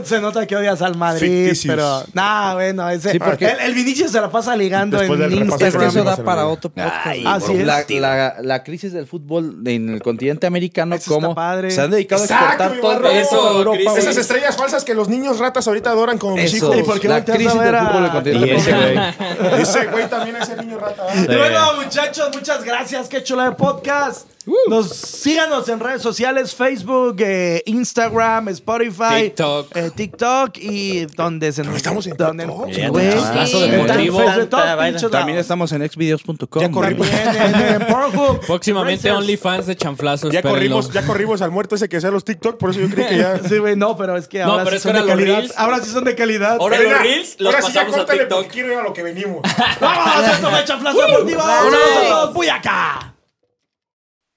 Speaker 1: Se nota que odias al Madrid,
Speaker 3: Ficticios.
Speaker 1: pero. Nah, bueno, ese.
Speaker 6: Sí, porque-
Speaker 1: el, el Vinicius se la pasa ligando
Speaker 3: Después
Speaker 1: en
Speaker 3: del repaso
Speaker 1: Instagram.
Speaker 6: Es que eso da
Speaker 3: Programa
Speaker 6: para
Speaker 3: semanal.
Speaker 6: otro podcast.
Speaker 2: Ay,
Speaker 6: güey.
Speaker 1: Así es.
Speaker 6: la, la- la crisis del fútbol de- en el continente americano,
Speaker 1: Eso está
Speaker 6: como
Speaker 1: padre.
Speaker 6: se han dedicado
Speaker 3: Exacto,
Speaker 6: a exportar
Speaker 3: mi
Speaker 6: todo
Speaker 3: barro.
Speaker 6: el
Speaker 5: Eso,
Speaker 6: fútbol a
Speaker 5: crisis.
Speaker 6: Europa. güey.
Speaker 3: Esas estrellas falsas que los niños ratas ahorita adoran como mis
Speaker 6: Eso,
Speaker 3: hijos.
Speaker 1: ¿Y por qué
Speaker 6: la
Speaker 1: volteas a
Speaker 6: crisis
Speaker 1: ver
Speaker 6: del
Speaker 1: a-
Speaker 6: fútbol en el continente
Speaker 2: Y ese,
Speaker 6: americano.
Speaker 2: güey.
Speaker 3: (laughs) Ese güey también es el niño rata. ¿verdad?
Speaker 1: Y bueno, muchachos, muchas gracias. Qué chula de podcast.
Speaker 2: Uh.
Speaker 1: Nos, síganos en redes sociales: Facebook, eh, Instagram, Spotify,
Speaker 5: TikTok.
Speaker 1: eh, TikTok y donde se nos.
Speaker 3: estamos en
Speaker 1: donde-
Speaker 3: TikTok.
Speaker 1: Sí,
Speaker 2: Bien,
Speaker 5: abrazo de
Speaker 1: en
Speaker 5: motivo.
Speaker 1: Facebook, en todos
Speaker 2: Tanta vaina.
Speaker 1: pinches
Speaker 6: También
Speaker 1: lados.
Speaker 6: estamos en xvideos.com.
Speaker 3: Ya corrí.
Speaker 6: güey.
Speaker 1: También en- en Pornhub.
Speaker 5: Próximamente
Speaker 1: Brazzers.
Speaker 5: OnlyFans de chanflazos.
Speaker 3: Ya
Speaker 5: espérenlo.
Speaker 3: corrimos, ya corrimos al muerto ese que sea los TikTok, por eso yo creo que ya.
Speaker 1: (laughs) Sí, güey, no, pero es que
Speaker 5: No,
Speaker 1: ahora
Speaker 5: pero
Speaker 1: sí
Speaker 5: es que
Speaker 1: son de
Speaker 5: ahora los
Speaker 1: calidad.
Speaker 5: reels-
Speaker 1: Ahora sí son de calidad.
Speaker 5: Ahora los reels los
Speaker 3: ahora sí ya
Speaker 5: pasamos a
Speaker 3: córtale
Speaker 5: TikTok. (laughs)
Speaker 3: porque quiero ir a lo que venimos.
Speaker 1: ¡Vamos! ¡Esto fue Chanflazo Deportivo! ¡Saludos a todos! ¡Voy acá!